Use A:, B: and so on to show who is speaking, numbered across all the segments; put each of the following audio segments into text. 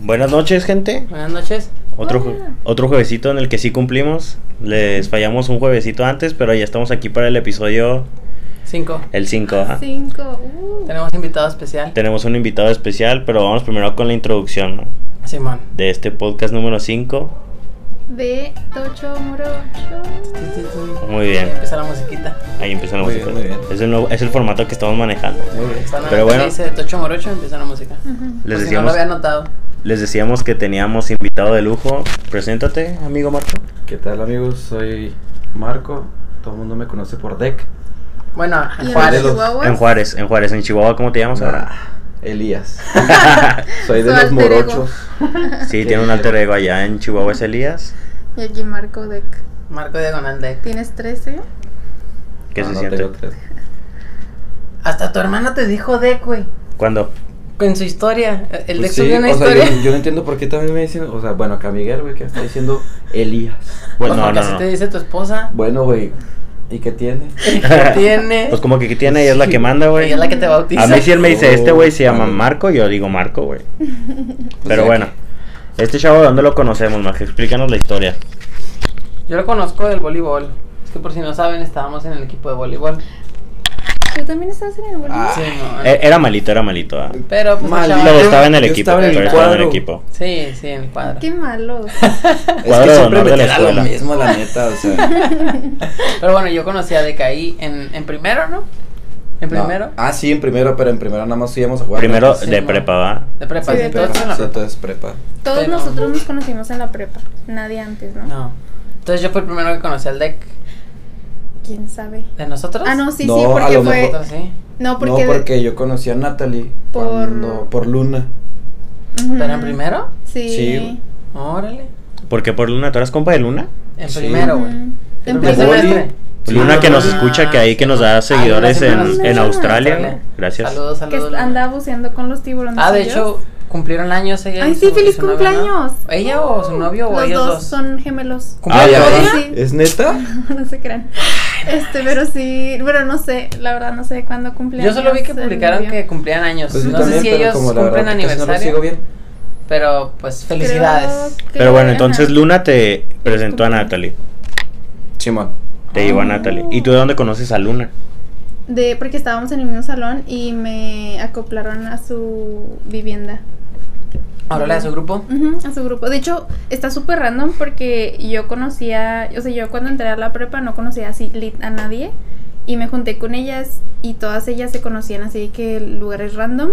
A: Buenas noches, gente.
B: Buenas noches.
A: Otro, jue-
C: Hola.
A: otro juevesito en el que sí cumplimos. Les fallamos un juevesito antes, pero ya estamos aquí para el episodio
B: Cinco.
A: el 5.
C: Cinco. uh.
B: Tenemos invitado especial.
A: Tenemos un invitado especial, pero vamos primero con la introducción ¿no?
B: Simón.
A: de este podcast número 5.
C: De Tocho Morocho.
A: Muy bien.
B: Empieza la musiquita.
A: Ahí empieza la
D: Muy
A: música.
D: bien, muy bien.
A: Es, el nuevo- es el formato que estamos manejando.
D: Muy bien.
B: Cuando
A: Pero bueno.
B: dice Tocho Morocho, empieza la música.
C: Ujú.
A: Les
B: Por si no lo
A: decíamos,
B: había notado.
A: les decíamos que teníamos invitado de lujo. Preséntate, amigo Marco.
D: ¿Qué tal amigos? Soy Marco. Todo el mundo me conoce por Deck.
B: Bueno,
C: Y en
B: Juárez.
D: los-
C: Chihuahua.
A: En Juárez, en Juárez, en Chihuahua, ¿cómo te llamas ahora?
D: Ah. Elías. Soy
C: Su
D: de los
C: alter ego.
D: morochos.
A: Sí, tiene un alter ego allá en Chihuahua, es Elías.
C: Y aquí Marco Deck.
B: Marco Diagonal Deck.
C: Tienes 13.
A: ¿Qué
D: No,
A: se
D: no
A: siente?
D: tengo tres.
B: Hasta tu hermana te dijo Deck, güey.
A: ¿Cuándo?
B: En su historia. El
D: Pues
B: Deck
D: sí,
B: subió una
D: o sea,
B: historia.
D: yo, yo no entiendo por qué también me dicen, o sea, bueno, acá Miguel, güey, que está diciendo Elías.
A: Pues
B: Pues
A: no,
B: porque
A: no,
B: así
A: no.
B: te dice tu esposa.
D: Bueno, güey, ¿y qué tiene?
B: que tiene.
A: Pues como que tiene, ella es la que manda, güey.
B: Ella es la que te bautiza.
A: A mí si él me dice,
D: Oh,
A: este güey se llama
D: vale. Pues
A: Marco, yo digo Marco, güey. Pero
D: sea
A: bueno, este chavo, ¿de dónde lo conocemos, Max? Explícanos la historia.
B: Yo lo conozco del voleibol. Es que por si no saben, estábamos en el equipo de voleibol.
C: ¿Tú también estás en el boludo?
D: Ah.
B: Sí, no,
A: E- Era malito, era malito. ah.
B: Pero pues
D: Maldito.
B: el
A: Pero
B: chaval-
A: estaba en el
D: Yo
A: equipo,
D: estaba en el
A: pero estaba en el
D: cuadro.
A: equipo.
B: Sí, sí, en el cuadro.
C: Qué malo.
D: Es
A: Cuadro
D: que
A: de
D: siempre
A: honor de
D: me
A: la
D: queda lo
A: escuela.
D: mismo, la neta, o sea.
B: Pero bueno, yo conocí a Deca ahí en, en primero, ¿no? En
D: no.
B: primero.
D: Ah, sí, en primero, pero en primero nada más íbamos a jugar.
A: Primero
B: sí,
A: de
B: no.
A: prepa, ¿va?
B: De prepa,
C: Sí,
B: sí,
C: de
B: todo
D: Prepa,
B: esto en la
D: sí,
B: prepa.
D: todo es prepa.
C: Todos
B: Pero-
C: nosotros nos conocimos en la prepa. Nadie antes, ¿no?
B: No. Entonces yo fui el primero que conocí al deck
C: ¿Quién sabe?
B: de nosotros.
C: Ah, no, sí,
D: No,
C: sí,
D: a
C: porque
D: lo
C: fue.
D: mejor-
B: Nosotros, sí.
C: No,
D: no,
C: porque.
D: porque yo conocí a Natalie
C: Por-
D: cuando- por Luna.
C: Ujú.
B: ¿Pero en primero?
C: Sí.
D: Sí.
B: Órale.
A: ¿Por qué por Luna? ¿Tú eras compa de Luna?
B: En
D: Sí.
B: primero,
C: Ujú.
B: güey.
C: En
B: En
D: primer
C: primer
D: De boli.
C: semestre.
B: semestre.
D: Sí.
A: Luna que nos
B: Ah,
A: escucha, que ahí que nos
B: Ah,
A: da
B: Luna
A: seguidores
B: siempre
A: en,
B: nos
A: en
B: escucha.
A: Australia.
B: Australia.
A: ¿no? Gracias.
B: Saludos,
C: Que
B: saludos. Luna.
C: andaba buceando con los tiburones.
B: Ah, de hecho, cumplieron años ella. y
C: Ay,
B: su-
C: sí,
B: y
C: feliz
B: su novio, ¿no?
C: cumpleaños.
B: ¿Ella o su novio o
C: Los
B: ellos
C: dos,
B: dos?
C: son gemelos.
D: Ah,
B: ¿Cumplieron
D: ya
B: todos?
D: ves.
C: Sí.
D: ¿Es neta?
C: no se crean. Este, pero sí, bueno, no sé, la verdad no sé cuándo cumple.
B: Yo solo vi que
C: años el
B: publicaron
C: novio.
B: que cumplían años.
D: Pues yo
B: no
D: también,
B: sé si
D: pero
B: ellos
D: como la
B: cumplen
D: verdad que casi No lo
B: aniversario,
D: sigo bien.
B: pero pues
C: Creo
B: felicidades.
C: que-
A: Pero bueno, entonces
C: ajá.
A: Luna te presentó a Natalie.
D: Simón.
A: Te llevó a
C: Ah.
A: Natalie. ¿Y tú de dónde conoces a Luna?
C: De, porque estábamos en el mismo salón y me acoplaron a su vivienda,
B: Ahora de su grupo.
C: Ujú, a su grupo. De hecho, está súper random porque yo conocía, o sea, yo cuando entré a la prepa no conocía así lit a nadie y me junté con ellas y todas ellas se conocían así que lugares random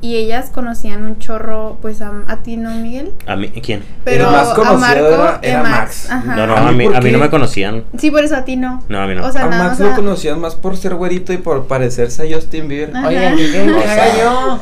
C: y ellas conocían un chorro, pues a, a ti, ¿no, Miguel?
A: ¿A mí? ¿Quién?
C: Pero
D: el más
C: a
D: conocido
C: Marco
D: era,
C: y
D: era
C: Max.
D: Max.
C: Ajá.
A: No, no,
D: ¿A mí
A: a mí,
D: por
A: a mí
D: qué?
A: no me conocían.
C: Sí, por eso a ti no.
A: No, a mí no.
C: O sea,
D: a
C: nada
D: Ah, Max
C: más
D: lo
C: a-
D: conocían más por ser güerito y por parecerse a Justin Bieber.
C: Ah.
B: Oye,
C: Ajá.
B: Miguel,
D: O
B: ¿qué
D: sea,
B: haga yo?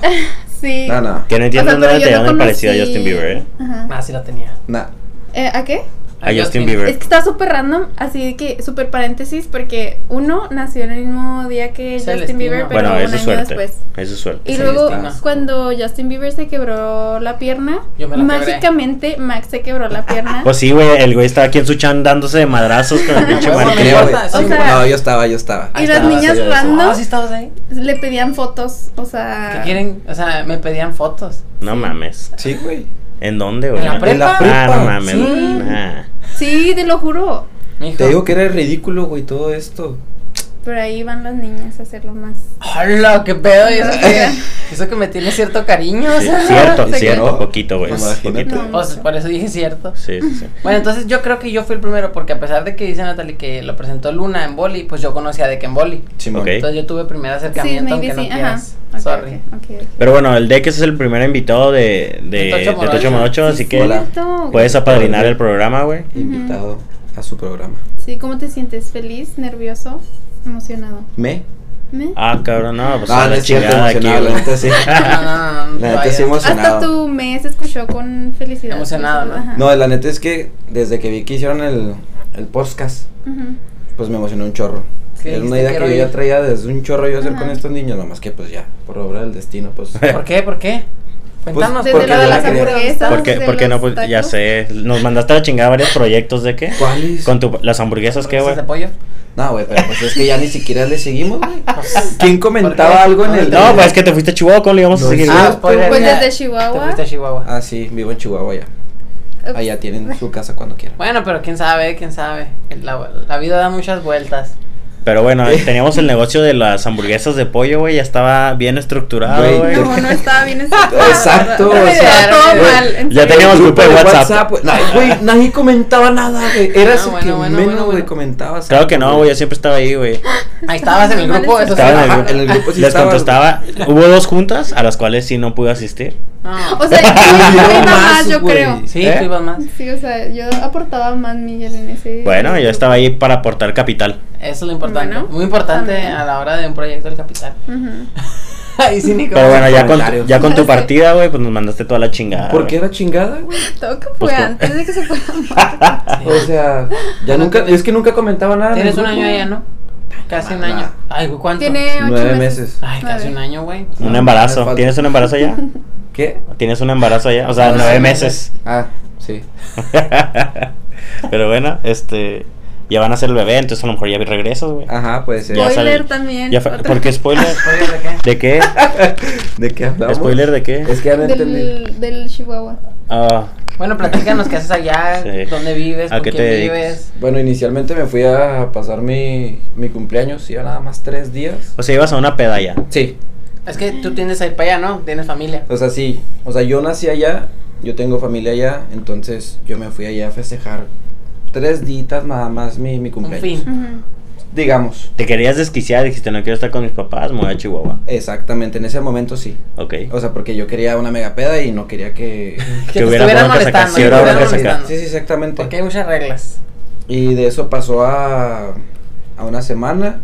C: Sí.
D: No, no.
A: que no
C: O sea,
A: entiendo
C: pero
A: nada
C: yo
A: de
C: no
A: dónde pareció a
C: conocí-
A: Justin Bieber, ¿eh?
C: Ajá.
B: Ah, sí lo tenía.
D: Nah.
C: Eh, ¿A qué?
A: A Ah, Justin Bieber.
C: Es que está súper random, así de que súper paréntesis, porque uno nació en el mismo día que
B: Es el
C: Justin Bieber,
B: destino.
C: pero
A: Bueno,
C: un
A: eso
C: año
A: es suerte.
C: después.
A: Eso es suerte.
C: Y
D: Sí,
C: luego,
D: está.
C: cuando Justin Bieber se quebró la pierna,
B: Yo me la quebré.
C: mágicamente Max se quebró la pierna.
A: Pues sí, güey, el güey estaba aquí en su chan dándose de madrazos con el pinche
B: Bueno,
C: Pues
D: No,
B: me
A: martillo.
D: creo,
B: importa,
D: güey.
C: o sea-
D: no, yo estaba, yo estaba.
C: Y
B: Ahí
C: las
B: estaba,
C: niñas
D: sí, yo estaba.
C: random
B: Ah, sí estabas ahí.
C: le pedían fotos, o sea...
B: ¿Qué quieren? O sea, me pedían fotos.
A: No mames.
D: Sí, güey.
A: ¿En dónde, güey?
B: En la
D: En la
B: prepa.
A: Ah, no
D: prepa.
A: mames. Ah,
B: Sí.
A: nah.
C: Sí, te lo juro.
B: Mijo.
D: Te digo que era ridículo, güey, todo esto.
C: Pero ahí van las niñas a hacerlo más.
B: ¡Hola! ¡Qué pedo! Y eso que, eso que me tiene cierto cariño. o
A: Sí,
B: sea.
A: cierto,
C: Se
A: cierto,
D: quedó.
A: poquito, güey.
D: Imagínate.
A: Poquito.
C: No.
B: O sea, por eso dije cierto.
A: Sí, sí, sí.
B: Bueno, entonces yo creo que yo fui el primero, porque a pesar de que dice Natalie que lo presentó Luna en boli, pues yo conocía de que en boli.
D: Simón.
A: Ok.
B: Entonces yo tuve primer
C: Sí,
B: acercamiento, aunque
C: maybe
B: no
C: sí, ajá.
B: quieras.
C: Ok,
B: Sorry.
C: ok, ok, ok.
A: Pero bueno, el Deck es el primer invitado de, de,
B: De Tocho
A: de Tocho
B: Morocho.
A: Morocho, así
C: Sí,
A: que
D: Hola.
C: cierto.
A: puedes apadrinar el programa, güey.
D: Invitado a su programa.
C: Sí, ¿cómo te sientes? ¿Feliz? ¿Nervioso? ¿Emocionado?
D: Me.
C: ¿Me?
A: Ah, cabrón, no, pues a
D: Ah,
A: la
D: no es cierto,
A: chingada
D: emocionado,
A: aquí,
D: la
A: güey.
D: neta sí.
B: No, no, no, no, no.
D: La
B: te
D: neta sí
B: vayas.
D: emocionado.
C: Hasta tu mes escuchó con felicidad.
B: Emocionado, ¿no?
C: Ajá.
D: No, la neta es que desde que vi que hicieron el, el podcast,
C: Ujú.
D: pues me emocionó un chorro.
B: Sí,
D: Era
B: dijiste,
D: una idea
B: quiero
D: que yo
B: ir.
D: ya traía desde un chorro yo hacer
C: Ajá.
D: con estos niños, nomás que pues ya, por obra del destino, pues.
B: ¿Por qué? ¿Por qué? Cuéntanos.
D: Desde
B: ¿por qué
D: la de
B: la
D: las
B: querías?
C: hamburguesas.
A: ¿Por qué,
C: de
A: por qué no?
C: los
A: Pues ya
C: tacos?
A: sé. Nos mandaste a la chingada varios proyectos de qué?
D: ¿Cuáles?
A: Con tu, las hamburguesas, Pues, ¿qué, güey?
B: ¿Hamburguesas de pollo?
E: No, güey, pero pues es que ya ni siquiera le seguimos, güey.
B: Ah,
D: ¿Quién comentaba algo en el.?
A: No, pues es que te fuiste a Chihuahua, ¿cómo le íbamos a
D: No,
A: seguir?
D: sí.
A: güey?
B: Ah, spoiler,
C: Pues
B: mira,
C: desde Chihuahua.
B: Te fuiste a Chihuahua.
E: Ah, sí, vivo en Chihuahua ya.
C: Ups.
D: Ah,
E: Allá tienen su casa cuando quieran.
B: Bueno, pero quién sabe, quién sabe. La, la vida da muchas vueltas.
A: Pero bueno, teníamos el negocio de las hamburguesas de pollo, güey, ya estaba bien estructurado,
D: Güey,
A: güey.
C: No, no estaba bien estructurado.
D: Exacto,
C: la verdad.
D: o sea,
C: Estaba todo
D: güey,
C: mal. en
A: ya
C: serio.
A: teníamos grupo de WhatsApp.
E: güey. Nah, güey, nadie comentaba nada, güey. Eras
B: Ah,
E: el
B: bueno,
E: que
B: bueno,
E: menos,
B: bueno,
E: güey,
B: bueno.
E: comentabas.
A: Claro que no, güey, yo siempre estaba ahí, güey.
B: Ahí estabas en el grupo, eso sí.
A: Estaba en el
E: Ajá,
A: grupo.
E: en el grupo sí
A: Les
E: estabas,
A: contestaba. Hubo dos juntas a las cuales sí no pude asistir.
B: No.
C: O sea, yo
E: Yo
C: iba más,
E: más,
C: yo
E: güey.
C: creo.
B: sí,
A: ¿eh?
B: tú ibas más.
C: Sí, o sea, yo aportaba más millas en ese.
A: Bueno, yo estaba ahí para aportar capital.
B: Eso es lo importante.
C: Bueno,
B: Muy importante
C: también.
B: a la hora de un proyecto del capital.
C: Ujú.
B: Ahí sí, Nico.
A: Pero bueno, ya con,
E: comentarios.
A: ya con tu partida, güey, pues nos mandaste toda la chingada.
D: ¿Por qué
A: güey.
D: era chingada, güey?
C: Todo que
A: Pues
C: fue
A: tú.
C: antes de que se fuera Marta.
D: O sea, ya
B: No
D: nunca.
B: tienes-
D: Es que nunca comentaba nada. en el
B: Tienes un
D: grupo.
B: año allá, ¿no? Casi un
E: Nada.
B: año. Ay, güey, ¿cuánto?
C: Tiene ocho
D: Nueve
C: meses.
D: meses.
B: Ay, casi
C: Nueve.
B: un año, güey.
A: Un
E: No, me
A: embarazo.
E: falta.
A: ¿Tienes un embarazo ya?
D: ¿Qué?
A: ¿Tienes un embarazo ya? O sea,
B: No,
A: nueve
B: sí,
A: meses.
D: Ah, sí.
A: Pero bueno, este. Ya van a ser el bebé, entonces a lo mejor ya regresas, güey.
D: Ajá, puede ser.
A: Ya
C: Spoiler
A: sale-
C: también,
A: Ya fa-
C: otra.
A: ¿Por qué spoiler?
B: Oye, ¿de
A: ¿De
B: qué?
A: qué?
D: ¿De qué hablamos?
A: ¿Spoiler de qué?
D: Es que ya no entendí.
C: Del, del Chihuahua.
A: Ah,
B: Bueno, platícanos qué haces allá,
A: Sí.
B: dónde vives,
A: ¿A
B: con
A: qué te
B: quién
A: dedicas?
B: vives.
D: Bueno, inicialmente me fui a pasar mi, mi cumpleaños, iba nada más tres días.
A: o sea, ibas a una pedalla.
D: Sí,
B: Es que tú tiendes a ir para allá, ¿no? Tienes familia.
D: o sea, sí. O sea, yo nací allá, yo tengo familia allá, entonces yo me fui allá a festejar tres ditas nada más mi, mi cumpleaños.
B: fin.
C: Ujú.
D: Digamos.
A: Te querías desquiciar, dijiste, no quiero estar con mis papás, me voy a Chihuahua.
D: Exactamente, en ese momento sí.
A: Ok.
D: O sea, porque yo quería una mega peda y no quería que...
B: Que,
A: Que
B: te
A: hubiera
B: estuvieran
A: broncas acá,
B: molestando.
A: sí, hubiera
B: que te estuvieran
A: broncas acá.
B: molestando.
D: Sí, sí, exactamente.
B: Porque hay muchas reglas.
D: Y de eso pasó a, a una semana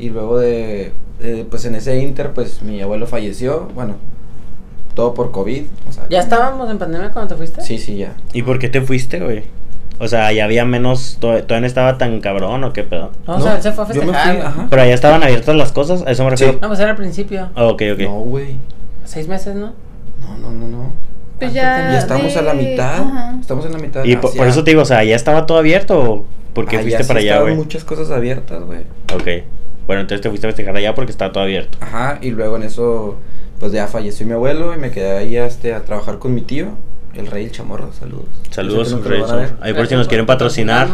D: y luego de, eh, pues en ese inter, pues mi abuelo falleció, bueno, todo por COVID. o sea,
B: ¿Ya estábamos en pandemia cuando te fuiste?
D: Sí, sí, ya.
A: ¿Y por qué te fuiste, güey? O sea, ya había menos, to- todavía no estaba tan cabrón o qué pedo.
B: No, o sea, él se fue a
D: yo me fui,
B: festejar.
D: ajá.
A: Pero allá estaban abiertas las cosas, a eso me refiero.
D: Sí.
B: No, pues era al principio.
A: Ah, ok, ok.
D: No, güey.
B: Seis meses, ¿no?
D: No, no, no, no.
C: Pues
B: Ah,
C: ya.
B: pues
D: Ya estamos a la
C: de-
D: mitad.
C: Ajá.
D: Estamos en la mitad.
A: Y por, por eso te digo, o sea, ¿ya estaba todo abierto o por
D: Ah,
A: qué fuiste para allá, güey?
D: muchas cosas abiertas, güey.
A: Ok. Bueno, entonces te fuiste a festejar allá porque estaba todo abierto.
D: Ajá, y luego en eso, pues ya falleció mi abuelo y me quedé ahí este, a trabajar con mi tío, el rey del chamorro. Saludos.
A: Saludos,
D: Yo sé
A: un
D: que nunca lo van a ver.
A: Ahí por si nos quieren patrocinar,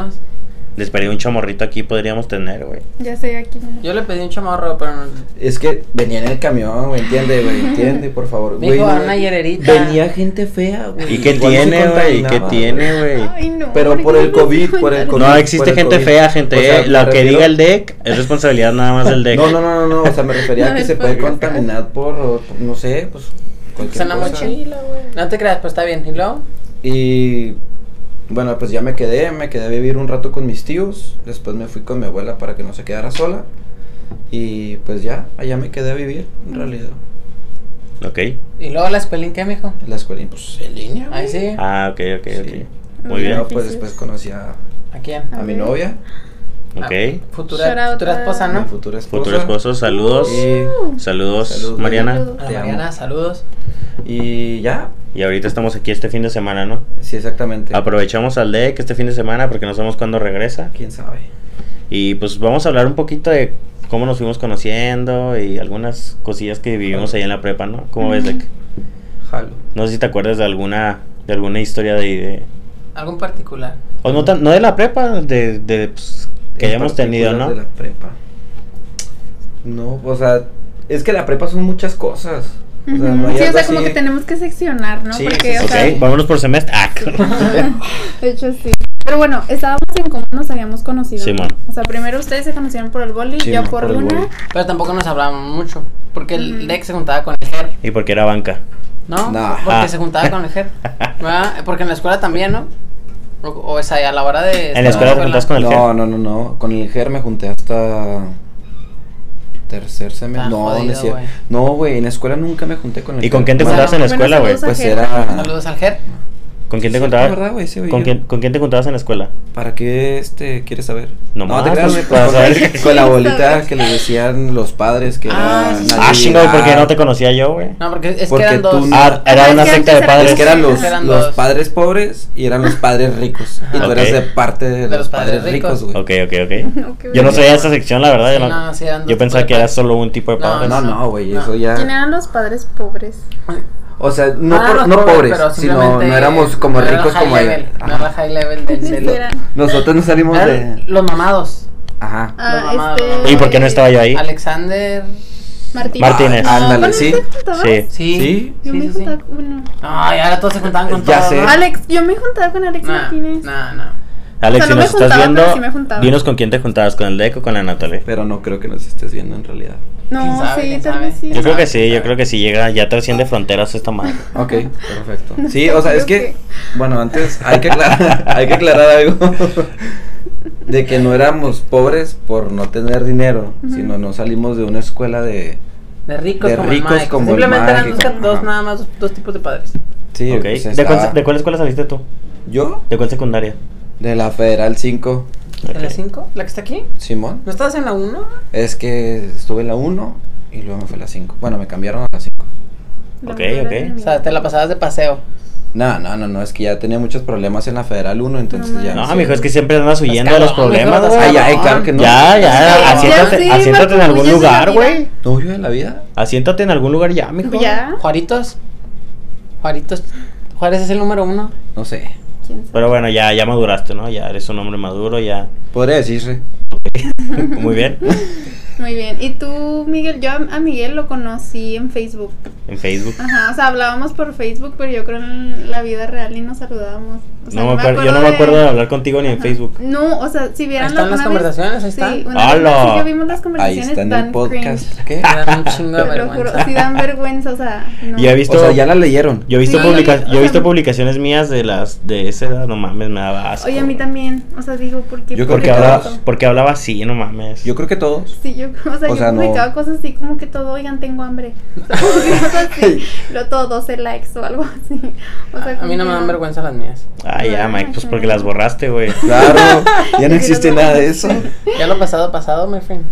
A: les pedí un chamorrito aquí, podríamos tener, güey.
C: Ya sé aquí. me-
B: Yo le pedí un chamorro, pero no.
D: Es que venía en el camión, güey, entiende, güey, entiende, por favor.
B: Me
D: Güey,
B: dijo
D: no,
B: a una hiererita.
D: Venía gente fea, güey.
A: ¿Y qué
D: Igual se
A: tiene, güey? ¿Y ¿Qué
D: contaminaba,
A: tiene, güey?
C: Ay, no.
D: Pero por
C: qué
D: el
C: me lo
D: COVID,
C: hizo
D: por el
C: contar?
D: COVID.
A: No existe
D: por el
A: gente
D: COVID.
A: fea, gente.
D: O sea,
A: eh. Lo
D: me
A: que
D: refiero-
A: diga el deck es responsabilidad nada más del E deck.
D: No, no, no, no, no, o sea, me refería
C: No,
D: a que
C: el
D: se puede
C: podcast.
D: contaminar por, o, por, no sé, pues
B: Pues en
D: cualquier
B: la
D: cosa.
B: mochila, güey. No te creas, pues está bien. ¿Y luego?
D: Y bueno, pues ya me quedé, me quedé a vivir un rato con mis tíos, después me fui con mi abuela para que no se quedara sola. Y pues ya, allá me quedé a vivir,
B: Mm.
D: en realidad.
A: Ok.
B: ¿Y luego la escuelín qué, mijo?
D: En la escuela, y, pues en línea.
B: Ahí sí.
A: Ah, ok, ok,
D: Sí.
A: ok. Muy
C: Ya.
A: bien.
D: Pero, pues después conocí a,
B: ¿A quién?
D: a mi novia,
A: Ok.
B: A futura,
C: Ah. Shout out
B: futura
C: a-
B: esposa,
D: a
B: Ah, ¿no?
D: mi futura esposa.
A: Futuros esposos, saludos.
D: Y,
A: Saludos,
D: Eh, Saludos,
A: Mariana.
C: Mariana.
B: A la
D: Te amo.
B: Mariana, saludos.
D: y ya,
A: Y ahorita estamos aquí este fin de semana, ¿no?
D: sí, exactamente.
A: Aprovechamos al DEC este fin de semana porque no sabemos cuándo regresa.
D: ¿Quién sabe?
A: Y pues vamos a hablar un poquito de cómo nos fuimos conociendo y algunas cosillas que vivimos ahí en la prepa, ¿no? ¿Cómo ves,
C: Ujú.
A: Dec?
D: Jalo.
A: No sé si te acuerdas de alguna, de alguna historia de... de-
B: Algo en particular.
A: o no, tan- no de la prepa, de, de, pues, que
D: En
A: hayamos tenido,
D: particular
A: ¿no?
D: de la prepa. No, o sea, es que la prepa son muchas cosas.
C: Ujú.
D: no hay
C: sí, o
D: algo
C: sea, como
D: así-
C: que tenemos que seccionar, ¿no?
D: Sí,
C: Porque,
D: sí,
C: o
A: Ok,
C: sea,
A: vámonos por semestre. Ah,
C: de hecho sí. Pero bueno, estábamos en cómo nos habíamos conocido.
A: Simón.
C: O sea, primero ustedes se conocieron por el boli,
D: Sí,
C: yo
D: no,
C: por,
D: por el
C: Luna.
D: boli.
B: Pero tampoco nos hablábamos mucho. Porque el
C: Ujú.
B: Lex se juntaba con el Ger,
A: y porque era banca.
B: ¿no?
D: No.
B: Porque
A: Ah.
B: se juntaba con el Ger. ¿Verdad? Porque en la escuela también, ¿no? O, o es ahí a la hora de.
A: En la escuela te
B: estar
A: juntabas con el
D: No,
A: jefe.
D: no, no, no. Con el GER me junté hasta tercer
B: Está
D: semestre. No, no
B: jodido,
D: es cierto.
B: güey.
D: No, güey, en la escuela nunca me junté con el
A: ¿Y
D: GER. pues
A: con quién te
D: Bueno,
A: juntabas en la
C: Bueno,
A: escuela, güey?
C: saludos a-
D: Pues era
B: Saludos al Ger.
A: ¿Con quién te
D: Sí,
A: encontrabas?
D: ¿verdad, güey? Sí, güey,
A: ¿Con
D: yo-
A: quién, ¿Con quién te encontrabas en la escuela?
D: ¿Para qué este quieres saber?
A: No más,
D: te creas,
A: pues,
D: güey,
A: para
D: con-
A: saber
D: Con la bolita
C: Saber.
D: que le decían los padres que
B: Ah,
D: era
B: sí, sí.
D: Navidad.
A: Ah, chingado, porque no te conocía yo, güey.
B: No, porque es
D: Porque
B: que eran
D: tú
B: dos.
D: no-
A: Ah, era
C: Ah, es
A: una
C: que
A: secta
C: antes
A: de
C: eran
A: padres.
D: Es que eran los,
B: Eran
D: los
B: dos.
D: padres pobres y eran los padres ricos. Y tú
A: Ok.
D: eras de parte de, los, padres, ricos, güey.
A: Ok, ok, ok.
C: No, qué
A: Yo no
C: bonito.
A: sabía esa sección, la verdad.
B: Sí,
A: yo no-
B: no, sí, eran
A: yo
B: dos
A: pensaba
B: tipos de
A: que era
B: padres.
A: solo un tipo de
B: No,
A: padres.
D: No, no, güey,
B: No.
D: eso
C: ¿Quién
D: ya.
C: eran los padres pobres?
D: O sea, no,
B: Ah,
D: por-
B: los
D: no pobres,
B: pero
D: sino
B: simplemente
D: no éramos como
B: no era
D: ricos
B: high
D: como
B: level,
D: ellos.
B: No era high level del
C: ¿Quiénes
B: celo.
C: eran?
D: Nosotros no salimos
B: Eran
D: de.
B: los mamados.
D: Ajá.
C: Ah,
B: mamá,
C: este...
B: no.
A: ¿Y por qué no estaba yo ahí?
B: Alexander.
C: Martínez.
A: Martínez.
C: Ah,
D: Ándale,
C: ¿con
D: sí.
C: usted juntabas?
A: Sí.
B: Sí.
D: ¿Sí?
C: Yo me juntaba con uno.
B: Ay, ahora todos se juntaban con
D: Ya
B: todos.
D: sé.
B: ¿no?
C: Alex, yo me juntaba con Alex
B: Nah,
C: Martínez.
B: nah, nah.
A: Alex,
C: O sea, no
A: si
C: me
A: nos estás
C: juntaba, pero
A: viendo,
C: sí me juntaba.
A: dinos con quién te juntabas, con el Deco o con la Natalie.
D: Pero no creo que nos estés viendo en realidad.
B: ¿Quién
C: No,
B: sabe,
C: sí,
B: quién
C: tal vez
B: sabe?
C: sí.
A: Yo creo
B: sabe,
A: que sí, yo
B: sabe.
A: creo que sí llega, ya trasciende fronteras esta madre.
D: Ok, perfecto. Sí, o sea,
C: creo
D: es que,
C: que-
D: bueno, antes hay que aclarar, hay que aclarar algo. De que no éramos pobres por no tener dinero,
C: Ujú.
D: sino no salimos de una escuela de...
B: De ricos
D: De
B: como
D: ricos
B: el Mike.
D: como el
B: Simplemente eran
D: Mike,
B: dos,
D: ajá.
B: dos nada más, dos, dos tipos de padres.
D: Sí,
A: Ok.
D: pues,
A: ¿De, cuál,
D: estaba-
A: de cuál escuela saliste tú?
D: ¿Yo?
A: ¿De cuál secundaria?
D: De la Federal 5,
B: ¿De la 5? ¿La que está aquí?
D: Simón.
B: ¿No estabas en la 1?
D: Es que estuve en la 1 y luego me fue a la 5. Bueno, me cambiaron a la 5.
C: La
A: Ok,
C: verdad
A: ok.
C: era
B: O sea, te la pasabas de paseo.
D: No, no, no, no, es que ya tenía muchos problemas en la Federal 1, entonces
C: No
D: ya...
A: No,
C: sí.
A: mijo, es que siempre andas huyendo de los
B: cabrón, mijo,
A: problemas.
B: estás
A: güey.
D: Ay, ay,
B: cabrón.
D: claro que no.
A: Ya,
C: Ya,
A: ya, asiéntate,
C: sí,
A: asiéntate en
C: Marco,
A: algún
C: huyes de la
A: lugar,
C: vida.
A: güey.
D: ¿No yo de la vida?
A: Asiéntate en algún lugar ya, mijo.
C: ¿Ya?
B: ¿Juaritos? ¿Juaritos? ¿Juárez es el número uno?
D: No sé.
C: ¿Quién sabe?
A: Pero bueno, ya, ya maduraste, ¿no? Ya eres un hombre maduro, ya.
D: Podría decirse.
A: Muy bien.
C: Muy bien. ¿Y tú, Miguel? Yo a a Miguel lo conocí en Facebook.
A: En Facebook.
C: Ajá, o sea, hablábamos por Facebook, pero yo creo en la vida real y nos saludábamos. O sea,
A: No me acuerdo, yo no me acuerdo de
C: de-
A: hablar contigo ni en
C: Ajá.
A: Facebook.
C: No, o sea, si
B: Ahí
C: vieran
B: están las
C: alguna vez-
B: conversaciones, ahí están.
C: Sí, una vez
A: ¡Hala!
C: sí que vimos las
D: Ahí
C: conversaciones
D: está en
C: dan
D: el podcast.
C: cringe.
D: ¿Qué?
A: Ah,
B: Me dan un chingo de
C: Te lo juro,
B: vergüenza.
C: sí dan vergüenza, o sea, no.
A: Y he
D: O
A: visto,
D: sea, ya la leyeron.
A: yo he visto,
C: Sí,
A: publica- yo he
C: o
A: visto
C: sea-
A: publicaciones mías de las de esa edad, no mames, me daba asco.
C: Oye, a mí también, o sea, digo, ¿por qué?
D: Yo creo
A: Porque
D: que
A: hablaba,
D: todos.
A: porque hablaba así, no mames.
D: Yo creo que todos.
C: Sí, yo, o sea,
D: O sea,
C: yo
D: no.
C: publicaba cosas así como que todo, oigan, tengo hambre. O sea, cosas así, lo todo 12 likes o algo así. O sea,
B: A mí no me dan vergüenza las mías.
A: Ah, ya,
C: Ah,
A: Mike, pues
C: ok.
A: porque las borraste, güey.
D: Claro, ya
C: Yo
D: no existe
C: creo que
D: nada
C: no.
D: de eso.
B: Ya lo pasado, pasado, my friend.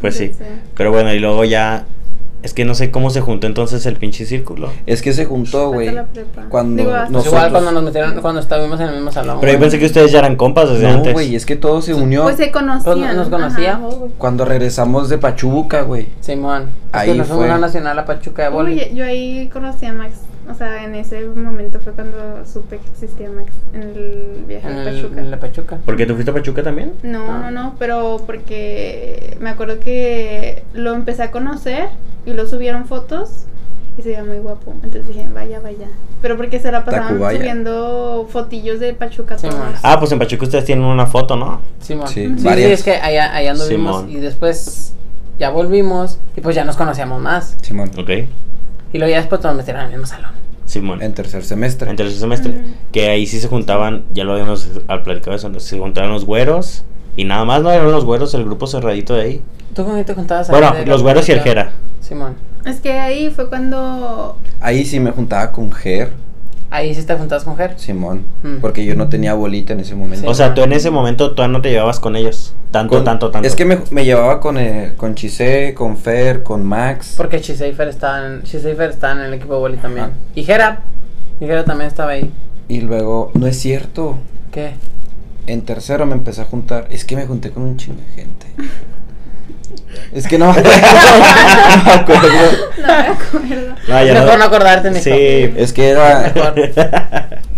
A: Pues sí. Pero bueno, y luego ya. Es que no sé cómo se juntó entonces el pinche círculo.
D: Es que se juntó, güey. cuando
B: Pues
D: Nosotros.
B: igual cuando nos metieron, cuando estábamos en el mismo salón.
A: Pero yo
B: güey.
A: pensé que ustedes ya eran compas desde
D: No,
A: antes.
D: güey, es que todo se unió
C: Pues se
B: Pues
C: conocían.
B: no- nos
C: ajá.
B: conocíamos, güey.
D: cuando regresamos de Pachuca, güey.
B: Simón. Ahí
D: Ahí
B: que nos fuimos
D: fue.
B: a la Nacional a Pachuca de Boli.
C: Oye, yo ahí conocí a Max. O sea, en ese momento fue cuando supe que existía Max en el viaje
B: en,
C: a
B: el-
C: Pachuca.
B: en la Pachuca.
A: ¿Por qué tú fuiste a Pachuca también?
C: No,
B: Ah.
C: no, no, pero porque me acuerdo que lo empecé a conocer y lo subieron fotos y se veía muy guapo. Entonces dije, vaya, vaya. Pero porque se la pasaban
D: Tacubaya.
C: subiendo fotillos de Pachuca
B: Sí,
C: todos.
B: más.
A: Ah, pues en Pachuca ustedes tienen una foto, ¿no?
B: Simón.
D: Sí,
B: Sí, sí,
D: varias.
B: es que allá, allá anduvimos
A: Simón.
B: y después ya volvimos y pues ya nos conocíamos más.
D: Simón,
A: Ok.
B: Y luego ya después nos metieron al mismo salón.
A: Simón.
D: en tercer semestre.
A: En tercer semestre.
B: Mm.
C: Ujú.
A: Que ahí sí se juntaban, ya lo habíamos eh, al platicado eso, se juntaban los güeros. Y nada más no eran los güeros, el grupo cerradito de ahí.
B: ¿Tú con quién te juntabas?
A: Bueno,
B: ahí de
A: los
B: la
A: güeros y el
B: Pachuca?
A: Jera.
B: Simón.
C: Es que ahí fue cuando
D: Ahí sí me juntaba con Ger,
B: Ahí sí te juntabas con Ger.
D: Simón.
B: Mm.
D: Porque yo no tenía bolita en ese
B: Sí.
D: momento.
A: O sea, tú en ese momento todavía no te llevabas con ellos. Tanto,
D: Con-
A: tanto, tanto.
D: Es que me, me llevaba con, eh, con Chisé, con Fer, con Max.
B: Porque Chiseifer estaba en, Chiseifer estaba en el equipo de Boli también.
D: Ajá.
B: Y Jera. Y Jera también estaba ahí.
D: Y luego, no es cierto.
B: ¿Qué?
D: En tercero me empecé a juntar. Es que me junté con un chingo de gente. Es que no me acuerdo. No me acuerdo.
C: no me acuerdo.
A: No, Ah, ya
B: Mejor no acordarte, mijo.
A: Sí.
D: Es que era.
A: Mejor.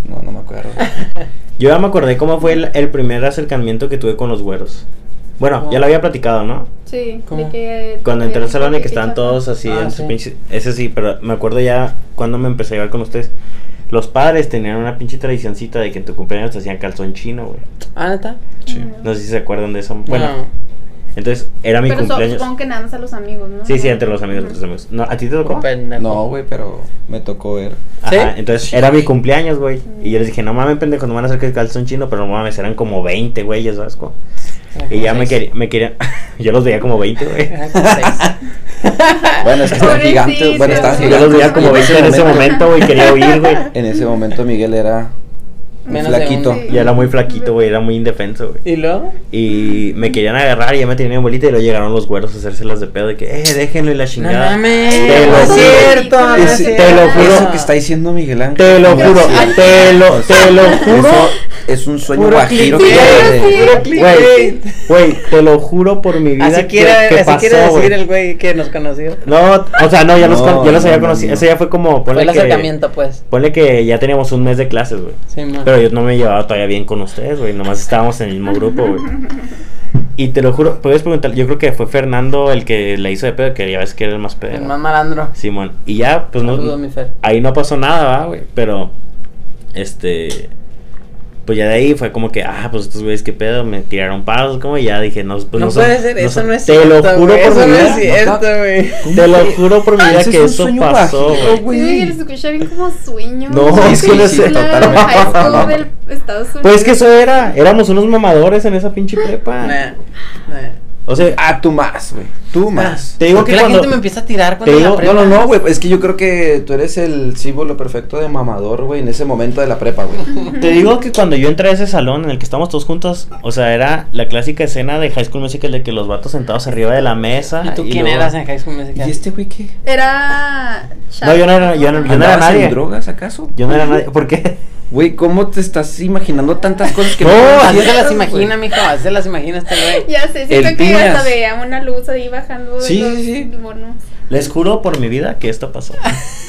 D: No, no me acuerdo.
A: Yo ya me acordé cómo fue el, el primer acercamiento que tuve con los güeros. Bueno, ya lo había platicado, ¿no?
C: Sí,
B: ¿Cómo?
C: de que
A: Cuando entré al salón y que estaban todos así
B: Ah,
A: en
B: sí.
A: su pinche... Ese sí, pero me acuerdo ya cuando me empecé a llevar con ustedes. Los padres tenían una pinche tradicioncita de que en tu cumpleaños te hacían calzón chino, güey.
B: Ah, neta.
D: Sí.
A: No sé si se acuerdan de eso. Bueno,
B: No.
A: entonces era mi
C: Pero so-
A: cumpleaños.
C: supongo que nada más a los amigos, ¿no?
A: Sí, sí, entre los amigos,
C: Ujú.
A: entre los amigos. No, ¿A ti te tocó?
B: Pendejo.
D: No, güey, pero me tocó ver.
B: ¿Sí?
A: Ajá, entonces era mi cumpleaños, güey. Y yo les dije, no mames, pendejo, no van a hacer que el calzón chino, pero no mames, eran como 20, güeyes, ¿sabes? cómo? Y ya me,
B: Seis.
A: quería, me querían. Yo los veía como 20, güey.
B: Ajá, como seis.
D: Bueno, es que están
C: Pobrecito.
D: gigantes. Bueno,
B: Ah,
D: están
A: Yo los
D: gigantes.
B: pues,
A: veía como 20 en ese momento, güey. Quería huir, güey.
D: En ese momento Miguel era un
B: Menos de
D: flaquito.
B: un-
A: Y era muy flaquito, güey. Era muy indefenso, güey.
B: ¿Y luego?
A: Y me querían agarrar y ya me tenían en bolita y luego llegaron los güeros a hacérselas de pedo de que, eh, déjenlo y la
B: No
A: chingada.
B: mames.
A: Te lo
B: no es
A: juro.
B: cierto,
C: Ah,
B: no es
D: Ese-
B: cierto.
A: te lo juro.
D: Eso que está diciendo Miguel Ángel.
A: Te lo juro, te lo, te lo juro.
D: Eso es un sueño
B: Puro
D: guajiro que
B: clickbait,
D: yo
C: sí,
D: desde-
C: puro
A: Güey, güey, te lo juro por mi vida
B: Así
A: que,
B: quiere,
A: que
B: así
A: pasó,
B: quiere decir
A: güey.
B: el güey que nos conoció.
A: No, o sea, no, ya los,
D: No,
A: con- ya los
D: no,
A: había
D: no,
A: conocido.
D: no.
A: Ese ya fue como,
B: Fue
A: ponle
B: el
A: que,
B: acercamiento, pues.
A: ponle que ya teníamos un mes de clases, güey.
B: Sí, ma.
A: Pero yo no me llevaba todavía bien con ustedes, güey. Nomás estábamos en el mismo grupo, güey. Y te lo juro, puedes preguntar, yo creo que fue Fernando el que le hizo de pedo, que ya ves que era el más pedo.
B: El más malandro.
A: Simón. Y ya, pues no.
B: Saludos, mi Fer.
A: Ahí no pasó nada, ¿va, güey. Pero, este. Pues ya de ahí fue como que, ah, pues estos güeyes, qué pedo, me tiraron palos, como y ya dije, no, pues
B: no,
A: son-
B: puede ser, eso
A: son-
B: no es
A: Te
B: cierto.
A: lo juro
B: güey,
A: por mi
B: Eso no
A: vida.
B: es cierto, Ah, güey.
A: Te lo juro por mi vida
D: Ese es
A: que
D: un
A: eso
D: sueño
A: pasó,
D: guajiro,
A: güey.
C: Sí, güey, se escucha bien como sueño.
A: No,
D: es que no es- totalmente.
C: totalmente. del Estados Unidos.
A: Pues es que eso era, éramos unos mamadores en esa pinche prepa.
B: Nah, nah.
A: O sea,
D: Ah, tú más, güey.
B: Ah.
D: Tú más.
A: te digo
B: ¿Por
A: que
B: qué la
A: cuando-
B: gente me empieza a tirar
A: te
B: cuando
A: digo-
B: la
D: No,
B: prepa?
D: no, no, güey. Es que yo creo que tú eres el símbolo perfecto de mamador, güey, en ese momento de la prepa, güey.
A: Te digo que cuando yo entré a ese salón en el que estamos todos juntos, o sea, era la clásica escena de High School Musical de que los vatos sentados arriba de la mesa.
B: ¿Y tú quién
A: luego-
B: eras eh? en High School Musical?
D: ¿Y este güey qué?
C: Era.
A: No, yo no era, yo no, yo no era
D: ¿Andabas en
A: nadie.
D: drogas acaso?
A: Yo no era nadie. ¿Por qué?
D: Güey, ¿cómo te estás imaginando tantas cosas que
A: No,
B: Así se
D: conocías,
B: las
D: güey?
B: imagina, mijo, así se las imagina este güey.
C: Ya sé,
D: El
C: siento que
D: piñas.
C: hasta veía una luz ahí bajando. de
D: Sí,
C: los
D: sí, sí.
C: bonos.
A: Les juro por mi vida que esto pasó.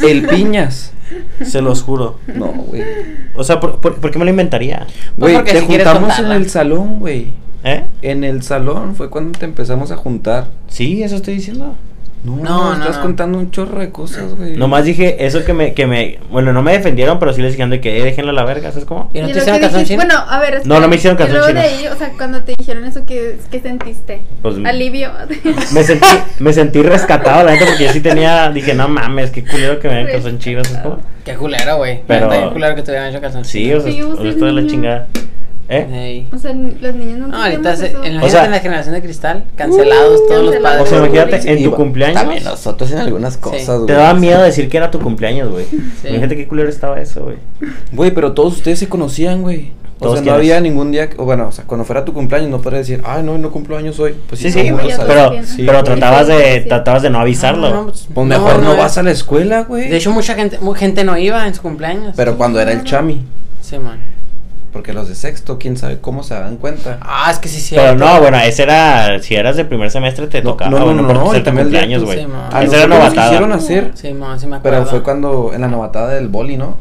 D: El piñas.
A: Se los juro.
D: No, güey.
A: O sea, ¿por, por, por qué me lo inventaría?
D: Güey,
B: porque
D: te
B: si quieres
D: juntamos en
B: contarla.
D: el salón, güey.
A: ¿Eh?
D: En el salón fue cuando te empezamos a juntar.
A: Sí, eso estoy diciendo.
D: No,
B: No, no,
D: estás
B: no.
D: contando un chorro de cosas, güey.
A: Nomás dije eso que me, que me. Bueno, no me defendieron, pero sí les dijeron de que eh, déjenlo a la verga, ¿sabes cómo?
B: ¿Y no
C: Y
B: te
C: lo
B: hicieron
C: que
B: calzón
C: dijiste-
B: chino?
C: Bueno, a ver.
A: No, no me hicieron
C: espera,
A: calzón
C: y luego de ahí, o sea, cuando te dijeron eso, ¿qué, qué sentiste?
A: Pues,
C: Alivio.
A: Me sentí, me sentí rescatado, la gente, porque yo sí tenía. Dije, no mames, qué culero que me den son chivas, ¿sabes cómo?
B: Qué culero, güey.
A: Pero-
B: Está bien culero que te hubieran hecho calzón
A: Sí, o sea,
C: Sí,
A: o
C: usa
A: sea, esto de la
C: niño.
A: chingada. ¿Eh?
B: Ey.
C: o sea, los niños no
B: No, ahorita se, en,
C: eso.
A: O sea-
B: imagínate en la generación de cristal, cancelados todos los padres.
A: O sea, imagínate, en
D: Sí,
A: tu
D: va-
A: cumpleaños.
D: También nosotros en algunas cosas, güey.
A: Te daba miedo decir que era tu cumpleaños, güey.
B: Sí.
A: Imagínate qué culero estaba eso, güey.
D: Güey, pero todos ustedes se conocían, güey. O
A: Todos
D: sea, no
A: quiénes.
D: había ningún día, que- o bueno, o sea, cuando fuera tu cumpleaños no podrías decir, ay, no, no cumplo años hoy. Pues
A: Sí,
D: no,
A: sí,
D: güey,
C: güey,
D: o sea,
A: pero,
C: Sí,
A: pero
D: güey.
A: tratabas de,
C: Sí.
A: tratabas de no avisarlo.
B: No, no, pues,
D: Pues mejor no,
B: no,
D: vas a la escuela, güey.
B: De hecho, mucha gente, mu- gente no iba en su cumpleaños.
D: Pero cuando era el chami,
B: Sí, man.
D: porque los de sexto, quién sabe cómo se dan cuenta.
B: Ah, es que sí, sí.
A: pero no, bueno, ese era, si eras de primer semestre te
D: No,
A: tocaba,
D: no, no,
A: bueno,
D: no,
A: por
D: no,
A: ser
D: y
A: tu
D: también el de
A: cumpleaños,
D: tu-
A: güey.
B: sí, ma.
D: A
A: Esa era
D: nosotros nos
A: novatada.
D: quisieron hacer,
B: Sí, man, sí me acuerdo.
D: pero fue cuando en la novatada del boli, ¿no?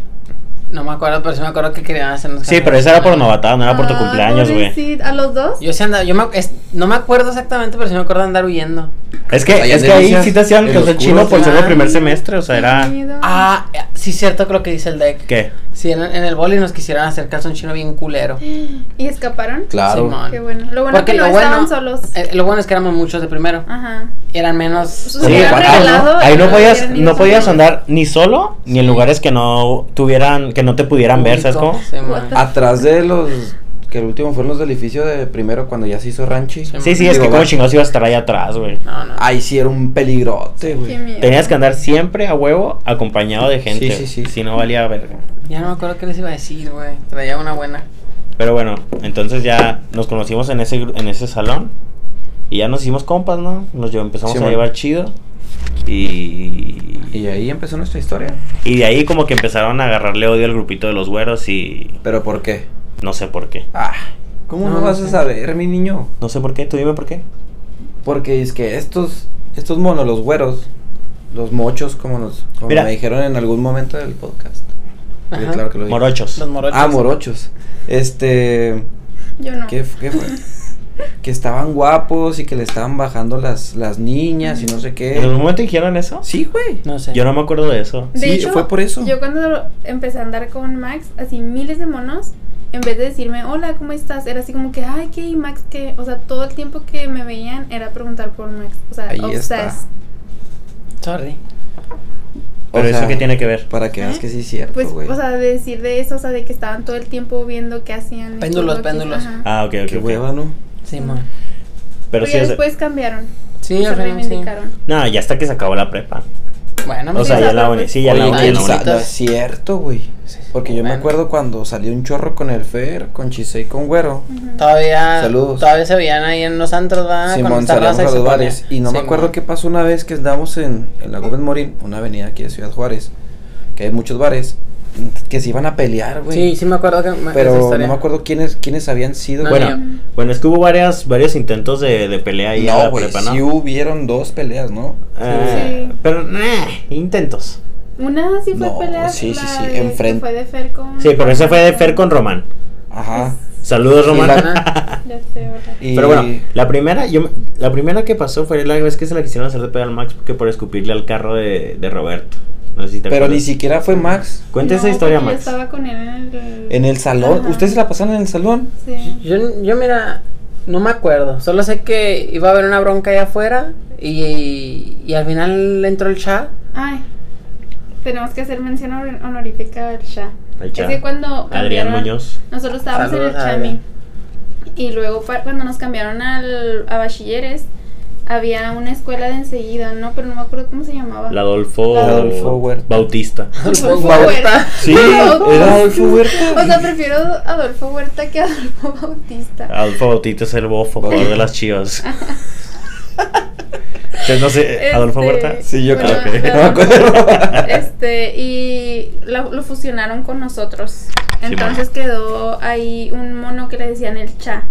B: No me acuerdo, pero sí me acuerdo que querían hacernos.
A: Sí,
B: calzón
A: pero esa era por
B: chino.
A: novatada, no era por tu
C: Ah,
A: cumpleaños, güey.
C: pobrecito, ¿A los dos?
B: Yo sí andaba, yo me, es- no me acuerdo exactamente, pero sí me acuerdo de andar huyendo.
A: Es que,
D: Allá
A: es
D: en
A: que ahí
D: Delicias,
A: sí te hacían
D: en
A: que
D: los
A: el chino
D: curos,
A: por ser de
B: ah.
A: primer semestre, o sea, era...
B: Ah, eh, sí, cierto que lo que dice el deck.
A: ¿Qué?
B: Sí, en, en el boli nos quisieron hacer calzón chino bien culero.
C: ¿Y escaparon?
D: Claro.
B: Simón.
C: Qué bueno. Lo bueno
B: Porque
C: que no
B: lo bueno-
C: estaban solos.
B: Eh, lo bueno es que éramos muchos de primero.
C: Ajá.
B: Eran menos.
C: Sus
A: Sí,
C: hubieran
A: ahí,
C: regalado
A: no,
C: y
A: ahí no
C: nos
A: podías,
C: hubieran ido
A: no podías
C: solos.
A: andar ni solo, ni en lugares que no tuvieran, que no te pudieran ver, ¿sabes
B: público. Ah,
A: cómo?
B: Sí, man.
D: Atrás de los, que el último fueron los del edificio de primero cuando ya se hizo ranchi.
B: Sí,
A: Sí, sí, es
D: Digo,
A: que como
D: va.
A: chingados ibas a estar ahí atrás, güey.
B: No, no.
D: Ahí sí era un peligrote,
C: Qué
D: güey.
C: miedo.
A: Tenías que andar siempre a huevo acompañado de gente.
D: Sí, sí, sí.
A: güey, Si no valía verga.
B: Ya no me acuerdo qué les iba a decir, güey. Traía una buena.
A: Pero bueno, entonces ya nos conocimos en ese, gru- en ese salón. Y ya nos hicimos compas, ¿no? Nos llev- empezamos
D: Sí,
A: a
D: man.
A: llevar chido. Y,
D: Y ahí empezó nuestra historia.
A: y de ahí como que empezaron a agarrarle odio al grupito de los güeros y
D: ¿Pero por qué?
A: no sé por qué.
D: Ah, ¿cómo no,
B: No, no
D: vas a
B: sé.
D: saber, mi niño?
A: No sé por qué, tú dime por qué.
D: Porque es que estos, estos monos, los güeros, los mochos, como nos, como
A: Mira.
D: me dijeron en algún momento del podcast. Porque
B: Ajá.
D: Claro que lo dije.
A: Morochos.
B: Los morochos.
D: Ah, morochos. Este,
C: Yo no.
D: ¿qué, f- qué fue? que estaban guapos y que le estaban bajando las, las niñas y no sé
A: ¿En algún
D: qué.
A: momento dijeron eso?
D: Sí, güey.
B: No sé.
A: Yo no me acuerdo de eso.
C: De
D: Sí,
C: hecho,
D: fue por eso.
C: Yo cuando empecé a andar con Max, así miles de monos, en vez de decirme, hola, ¿cómo estás? Era así como que, ay, ¿qué? ¿Y Max qué? O sea, todo el tiempo que me veían era preguntar por Max. O sea,
D: Ahí está.
C: obsessed.
B: Sorry.
A: Pero
D: O
A: eso
D: sea,
A: qué tiene que ver.
D: Para que veas
C: ¿Eh?
D: que sí es cierto,
C: Pues,
D: güey.
C: o sea, de decir de eso, o sea, de que estaban todo el tiempo viendo qué hacían. y
B: Péndulos,
C: todo lo que-
B: péndulos.
C: ajá.
A: Ah, ok, ok.
D: qué
A: ok.
D: hueva, ¿no?
B: Sí, man.
A: Pero
C: Pero
A: sí, o sea,
C: después cambiaron.
B: Sí,
C: se
B: al final, sí.
C: reivindicaron.
A: no, ya hasta que se acabó la prepa.
C: Ah,
B: Bueno,
A: O
B: sí,
A: sea, ya
B: sí.
A: la uni, sí, ya la
D: Oye,
B: no,
A: uni.
D: que
A: ya
B: no,
A: la
D: sa-
A: uni.
B: bonito.
D: no es cierto, güey. Porque yo
B: Bueno.
D: me acuerdo cuando salió un chorro con el Fer, con Chise y con Güero.
C: Ujú.
B: Todavía,
D: Saludos.
B: todavía se veían ahí en los antros, ¿verdad? Con
D: Simón,
B: esta
D: salíamos
B: raza
D: a
B: que se
D: los
B: ponía.
D: bares. Y no me
B: Simón.
D: acuerdo qué pasó una vez que andamos en, en la Gómez Morín, una avenida aquí de Ciudad Juárez, que hay muchos bares, mm, que se iban a pelear, güey.
B: Sí, sí me acuerdo que me- esa
D: Pero
B: historia.
D: no me acuerdo quiénes, quiénes habían sido.
B: No,
D: güey.
B: ni yo.
A: Bueno, bueno, es que hubo varias, varios intentos de, de pelea ahí en la
D: no, güey,
A: prepa, ¿no?
D: sí hubieron dos peleas, ¿no?
A: Eh,
C: Sí.
A: Pero, eh, intentos.
C: Una sí fue
D: No,
C: pelea.
D: sí, sí,
C: la
D: sí,
C: de que
D: enfrente.
C: Fue de Fer con.
A: Sí, pero ese fue de Fer con Román.
D: Ajá.
A: Saludos,
D: Sí,
A: Román.
B: la-
C: Ya sé, ¿verdad?
D: Y-
A: Pero bueno, la primera, yo, me- la primera que pasó fue la vez que se la quisieron hacer de pegar al Max porque por escupirle al carro de, de Roberto. No sé si te
D: Pero
A: acuerdas.
D: ni siquiera fue Max.
A: Cuenta esa
C: No,
A: historia,
C: porque
A: Max.
C: Yo estaba con él en el.
D: En el salón.
C: Ajá.
D: ¿Ustedes se la pasaron en el salón?
C: Sí.
B: Yo, yo mira, no me acuerdo. Solo sé que iba a haber una bronca allá afuera y, y, al final entró el chat.
C: Ay. Tenemos que hacer mención honor- honorífica al Shah.
A: Al Cha.
C: Es que cuando.
A: Adrián
C: cambiaron-
A: Muñoz.
C: Nosotros estábamos
B: Saludos
C: en el
B: a
C: Chami.
B: Adrián.
C: Y luego pa- cuando nos cambiaron al, a bachilleres, había una escuela de enseguida, ¿no? Pero no me acuerdo cómo se llamaba.
A: La Adolfo,
C: La
D: Adolfo Huerta.
A: Bautista.
C: Adolfo
B: Huerta.
C: Huerta.
A: Sí,
C: Adolfo
D: era Adolfo Huerta.
C: O sea, prefiero Adolfo Huerta que Adolfo Bautista.
A: Adolfo Bautista es el bofo, jugador de las chivas. Entonces, no sé, Ah, Adolfo
C: Este,
A: Huerta.
D: Sí, yo
C: bueno,
A: creo que-
C: la-
D: No me acuerdo.
C: Este, y la- lo fusionaron con nosotros.
A: Simón.
C: Entonces quedó ahí un mono que le decían el Cha.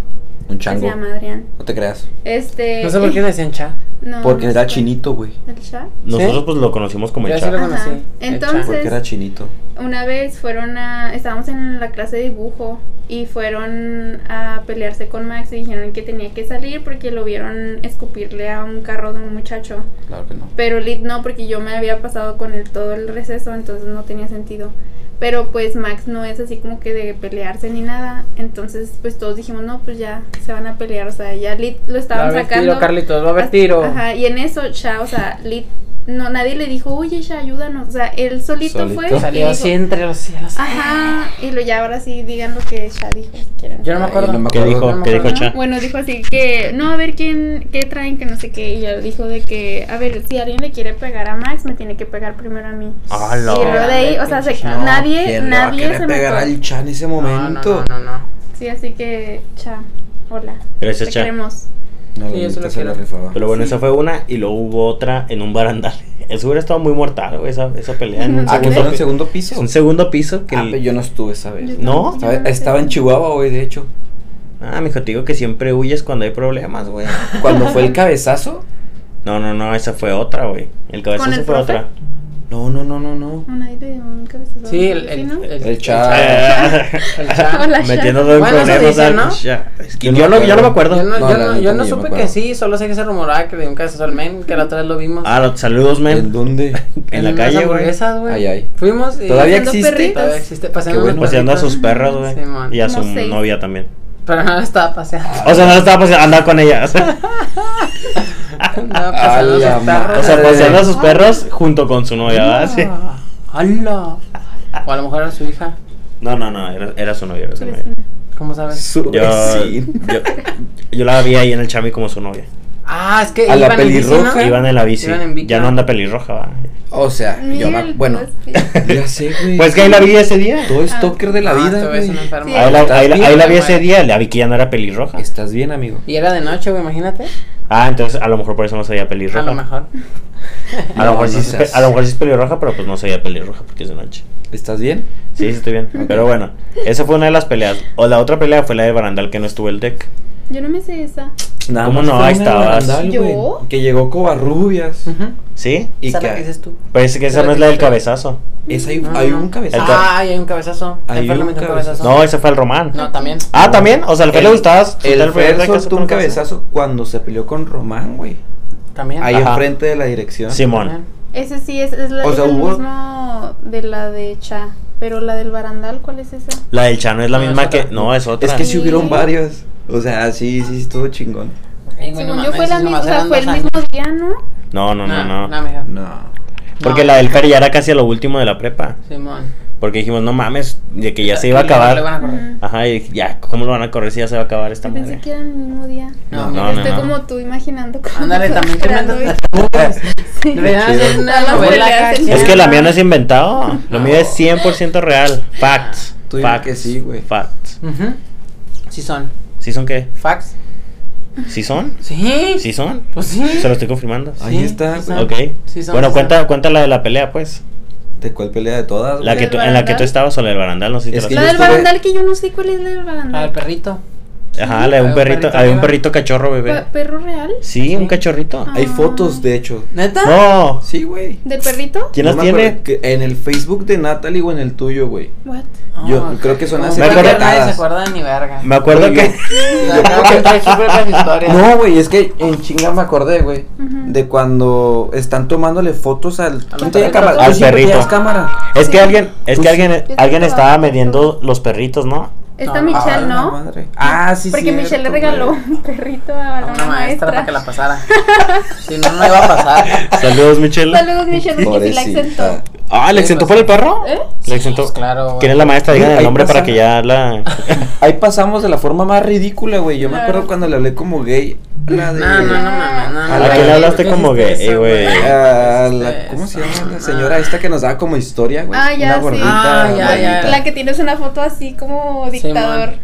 D: Un
C: Que se
D: chango.
C: llama Adrián.
D: No te creas.
C: Este.
B: No sé por qué le decían chat.
C: no,
D: Porque
C: no
D: era
C: sé.
D: chinito, güey.
C: ¿El Cha?
A: Nosotros
B: ¿Sí?
A: pues lo conocimos como
B: Yo
A: el
B: así lo
A: Cha.
B: conocí.
C: Ajá.
B: el Cha.
C: Entonces-
D: Porque era chinito.
C: Una vez fueron a. Estábamos en la clase de dibujo y fueron a pelearse con Max y dijeron que tenía que salir porque lo vieron escupirle a un carro de un muchacho.
D: Claro que no.
C: Pero Lid no, porque yo me había pasado con él todo el receso, entonces no tenía sentido. Pero pues Max no es así como que de pelearse ni nada. Entonces pues todos dijimos, no, pues ya se van a pelear. O sea, ya Lid lo
B: Va a
C: estaban
B: haber
C: sacando.
B: tiro, Carlitos, va a haber
C: Hasta-
B: tiro.
C: Ajá, y en eso Cha, o sea, Lid, no, nadie le dijo, oye Cha, ayúdanos. O sea, él solito,
D: Solito.
C: fue. y
B: Salió
C: dijo,
B: así entre los cielos.
C: Ajá, y lo ya ahora sí digan lo que Sha dijo si quieren.
B: Yo no me
D: Ay,
B: acuerdo.
D: no me
A: ¿Qué
D: acuerdo.
A: dijo?
B: No me
A: ¿Qué dijo
B: acuerdo.
A: Cha?
C: Bueno, dijo así que no, a ver quién qué traen, que no sé qué. Y ya dijo de que, a ver, si alguien le quiere pegar a Max, me tiene que pegar primero a mí.
A: Ah,
C: Y luego de ahí, o sea, se-
B: No,
C: nadie,
D: ¿Quién le va a
C: nadie
D: querer
C: se
D: pegar
C: me
D: al Cha en ese
B: No, no,
D: momento.
B: No, no, no.
C: Sí, así que, Cha, hola.
A: Gracias,
C: te
A: Cha.
C: queremos.
D: No,
B: Sí,
D: la
B: yo
D: neta
B: solo
D: se la
B: quiero-
D: rifaba.
A: Pero bueno, esa fue una y luego hubo otra en un barandal. Eso hubiera estado muy mortal, güey, esa, esa pelea en un
D: Ah, que
A: segundo,
D: fue en
A: pi-
D: el segundo piso.
A: un segundo piso. Que
D: Ah,
A: el-
D: pero yo no estuve esa vez.
C: Yo
A: ¿No?
C: tampoco, yo
D: Estaba,
C: no sé.
D: estaba en Chihuahua, güey, de hecho.
A: Ah, mijo, te digo que siempre huyes cuando hay problemas, güey.
D: Cuando fue el cabezazo.
A: No, no, no, esa fue otra, güey. El cabezazo
C: el
A: fue
C: profe?
A: otra.
D: No, no, no, no, no.
C: No, nadie le dio un cabezazo.
B: Sí, el, el,
C: ¿no?
D: El Cha.
A: Ah,
B: El Cha.
C: Hola, Cha.
A: Metiendo todo en
B: Bueno, eso
A: problemas.
B: dicen,
A: al-
B: ¿no?
A: ya. Es que
D: Yo no
A: Yo no yo no me
D: acuerdo.
A: acuerdo.
B: Yo no,
D: No,
B: yo
D: la
B: no,
D: neta
B: yo
D: ni
B: no
D: yo me
B: supe que
D: acuerdo.
B: sí, solo sé que se rumoraba que de un caso al men, que la otra vez lo vimos.
A: Ah, los saludos,
D: ¿En
A: men.
D: dónde?
A: En la
B: unas
A: calle, güey.
B: hamburguesas, güey.
D: Ay, ay.
B: Fuimos y...
D: ¿Todavía
C: Haciendo
D: existe?
C: perritos.
B: Todavía existe, paseando
D: Qué bueno.
B: unas
A: Paseando a Pues, sus
B: perritas.
A: perros, güey.
B: Sí, Ah, man.
A: y a su
C: Como seis.
A: novia también.
B: Pero no la estaba paseando.
A: O sea, no lo estaba paseando, andaba con ella. O sea,
B: Andaba
D: A
B: paseando
D: la
B: a sus perros.
A: o sea,
D: Ay.
A: paseando a sus perros junto con su novia, ¿verdad? Sí.
B: Ah, ¡Hala! O a lo mejor era su hija.
A: No, no, no, era, era su novia, era su novia.
B: ¿Cómo sabes?
D: Su
A: Yo,
D: vecino.
A: yo, yo la vi ahí en el Chami como su novia.
B: Ah, es que
D: A la
B: iban en bici,
D: pelirroja.
B: ¿no?
A: Iban en la bici.
B: Iban en bici,
A: ya no anda pelirroja, va.
D: O sea, yo me- Bueno,
C: pues,
D: ya sé, güey.
A: Pues que ahí la vi ese día.
D: Todo stalker de la
B: Ah,
D: vida,
B: te ves un
D: güey.
B: enfermo.
A: Ahí la, ahí la- ahí la vi
B: Estás
A: ese
B: bien,
A: día, la vi que ya no era pelirroja.
D: ¿Estás bien, amigo?
B: Y era de noche, güey, imagínate.
A: Ah, entonces a lo mejor por eso no se veía
B: A
A: pelirroja.
B: lo mejor.
A: A lo
D: No,
A: mejor
D: no
A: sí es,
D: seas-
A: pe- a lo mejor sí es pelirroja, pero pues no se veía pelirroja porque es de noche.
D: ¿Estás bien?
A: Sí, sí, estoy bien. Pero bueno, esa fue una de las peleas. O la otra pelea fue la del barandal que no estuvo el deck.
C: Yo no me sé esa.
D: Nada
A: ¿Cómo
D: más
A: no?
D: fue
A: Ahí
D: una
A: estabas.
D: barandal,
C: ¿Yo?
D: güey, Que llegó Covarrubias.
B: Ujú.
A: ¿Sí?
D: Y
B: Esa es
D: que,
B: la que dices tú.
A: Parece que esa no es la del cabezazo.
D: es ahí,
B: No, no,
D: hay
B: no.
D: un cabezazo.
A: El ca-
B: Ah, y hay un cabezazo.
D: Hay
B: El Fer le
D: un
B: metió un
D: cabezazo.
B: cabezazo.
A: No, ese fue el Román.
B: No, también.
A: Ah, también. O sea, al Fer le gustabas.
D: El Fer soltó un cabezazo cuando se peleó con Román, güey.
B: También.
D: Ahí
A: Ajá.
D: enfrente de la dirección.
A: Simón.
B: También.
C: Ese sí es, es, la,
D: O
C: es
D: sea,
C: el
D: hubo-
C: mismo de la de Cha. Pero la del barandal, ¿cuál es esa?
A: La del Chano es la
B: No, es
A: misma
B: otra.
A: que. No, es otra.
D: Es que
C: sí.
D: si hubieron varios. O sea, sí, sí, estuvo chingón.
B: Ay, güey, no
C: Según yo
B: mames,
C: fue la
B: esos
C: misma,
B: nomás
C: o sea,
B: eran
C: fue el
B: dos
C: mismo día, ¿no?
A: No, no, no, no.
B: amiga.
D: No.
A: Porque
B: No.
A: la del Fer ya era casi a lo último de la prepa.
B: Simón.
A: Porque dijimos, no mames, de que ya se
B: Que
A: iba a
B: no le
A: acabar.
B: van a correr.
C: Ajá.
A: Ajá, y dije, ya, ¿cómo lo van a correr si ya se va a acabar esta
C: Yo pensé
A: madre?
C: que era el mismo día.
B: No, este-
D: No,
B: no.
A: no,
C: Estoy
A: no.
C: como tú imaginando. cómo
B: Ándale,
C: estaba
B: también te
C: esperando
B: inventas
C: y- Sí.
B: Deberían hacer una
C: Nada más
B: novela
C: porque
B: acá,
C: hacen-
B: ¿quién?
A: Es que la mía no es inventado. Lo mío es
B: No.
A: 100% real. Facts.
D: Tú dime
A: Facts.
D: que sí, güey.
A: Facts.
B: Ujú. Sí son.
A: ¿Sí son qué?
B: ¿Fax?
A: ¿Sí son?
B: Sí.
A: ¿Sí son?
B: Pues sí.
A: Se lo estoy confirmando.
B: Sí,
D: Ahí está,
B: sí
D: güey.
B: son.
A: Ok.
B: Sí son,
A: bueno,
B: sí
A: cuenta,
B: son.
A: cuenta la de la pelea, pues.
D: ¿De cuál pelea de todas?
A: La
D: güey?
A: que
C: ¿Del
A: tú- en la que
C: barandal?
A: tú estabas o la del barandal, no sé si
D: Es
A: te
D: que
A: la
C: La
D: yo
C: del
D: estuve-
C: barandal que yo no sé cuál es la del
B: La del
C: barandal.
B: perrito.
A: Ajá, la de
B: Había
A: un
B: un
A: perrito,
B: perrito
A: había un
B: arriba.
A: perrito cachorro, bebé.
C: Pa- ¿Perro real?
A: Sí, un
B: Sí.
A: cachorrito.
C: Ah.
D: Hay fotos, de hecho.
B: ¿Neta?
A: No.
D: Sí, güey.
C: ¿Del perrito?
A: ¿Quién
D: No
A: las
D: me
A: tiene?
D: acuerdo que- En el Facebook de Natalie o en el tuyo, güey.
C: What?
D: Yo creo que son
B: Ah, Como
D: así
B: creo que
D: recortadas.
B: Nadie se acuerda ni verga.
A: Me acuerdo
D: Oye,
A: que
B: Yo creo que aquí fue mi historia.
D: No, güey, es que en chinga me acordé, güey.
C: Ujú.
D: De cuando están tomándole fotos al.
B: Al
D: ¿Tú tenías
B: perrito.
D: cámara?
A: Al
D: ¿Tú siempre
A: perrito.
D: tenías cámara?
A: es que
C: Sí.
A: alguien, es que
D: Pues-
A: alguien,
C: tengo
A: alguien estaba
C: abajo.
A: midiendo los perritos, ¿no?
C: Está
B: No.
D: Ah,
C: Michelle,
D: la
C: ¿no?
D: madre. Ah, sí,
C: Porque
D: cierto,
C: Michelle le regaló
D: güey.
C: un perrito a
B: A
C: la
B: una maestra para que la
C: maestra.
B: pasara. si no, no iba a pasar.
A: Saludos, Michelle.
C: Saludos, Michelle, porque sí la
D: Pobrecita.
C: exentó.
A: Ah, ¿le exentó por el perro?
C: ¿Eh?
A: Le exentó.
B: Pues claro, güey.
A: ¿Quién es la maestra? Digan el
D: Ahí
A: nombre para
D: pasa.
A: que ya la.
D: Ahí pasamos de la forma más ridícula, güey. Yo me
C: Claro.
D: acuerdo cuando le hablé como gay. La de.
B: No, no, no, mames, no,
A: ¿A
B: no,
A: quién
B: güey.
A: le hablaste
B: ¿Qué
A: como
B: hiciste
A: gay,
B: eso,
A: güey?
D: Ah,
B: ¿Qué
D: la-
B: hiciste
D: ¿Cómo se llama
B: eso?
D: la señora esta que nos daba como historia, güey?
C: Ah, ya,
D: Una
C: sí.
D: gordita.
B: Ah, ya, ya,
D: gordita.
C: La que tienes una foto así como dictador.
B: Simón.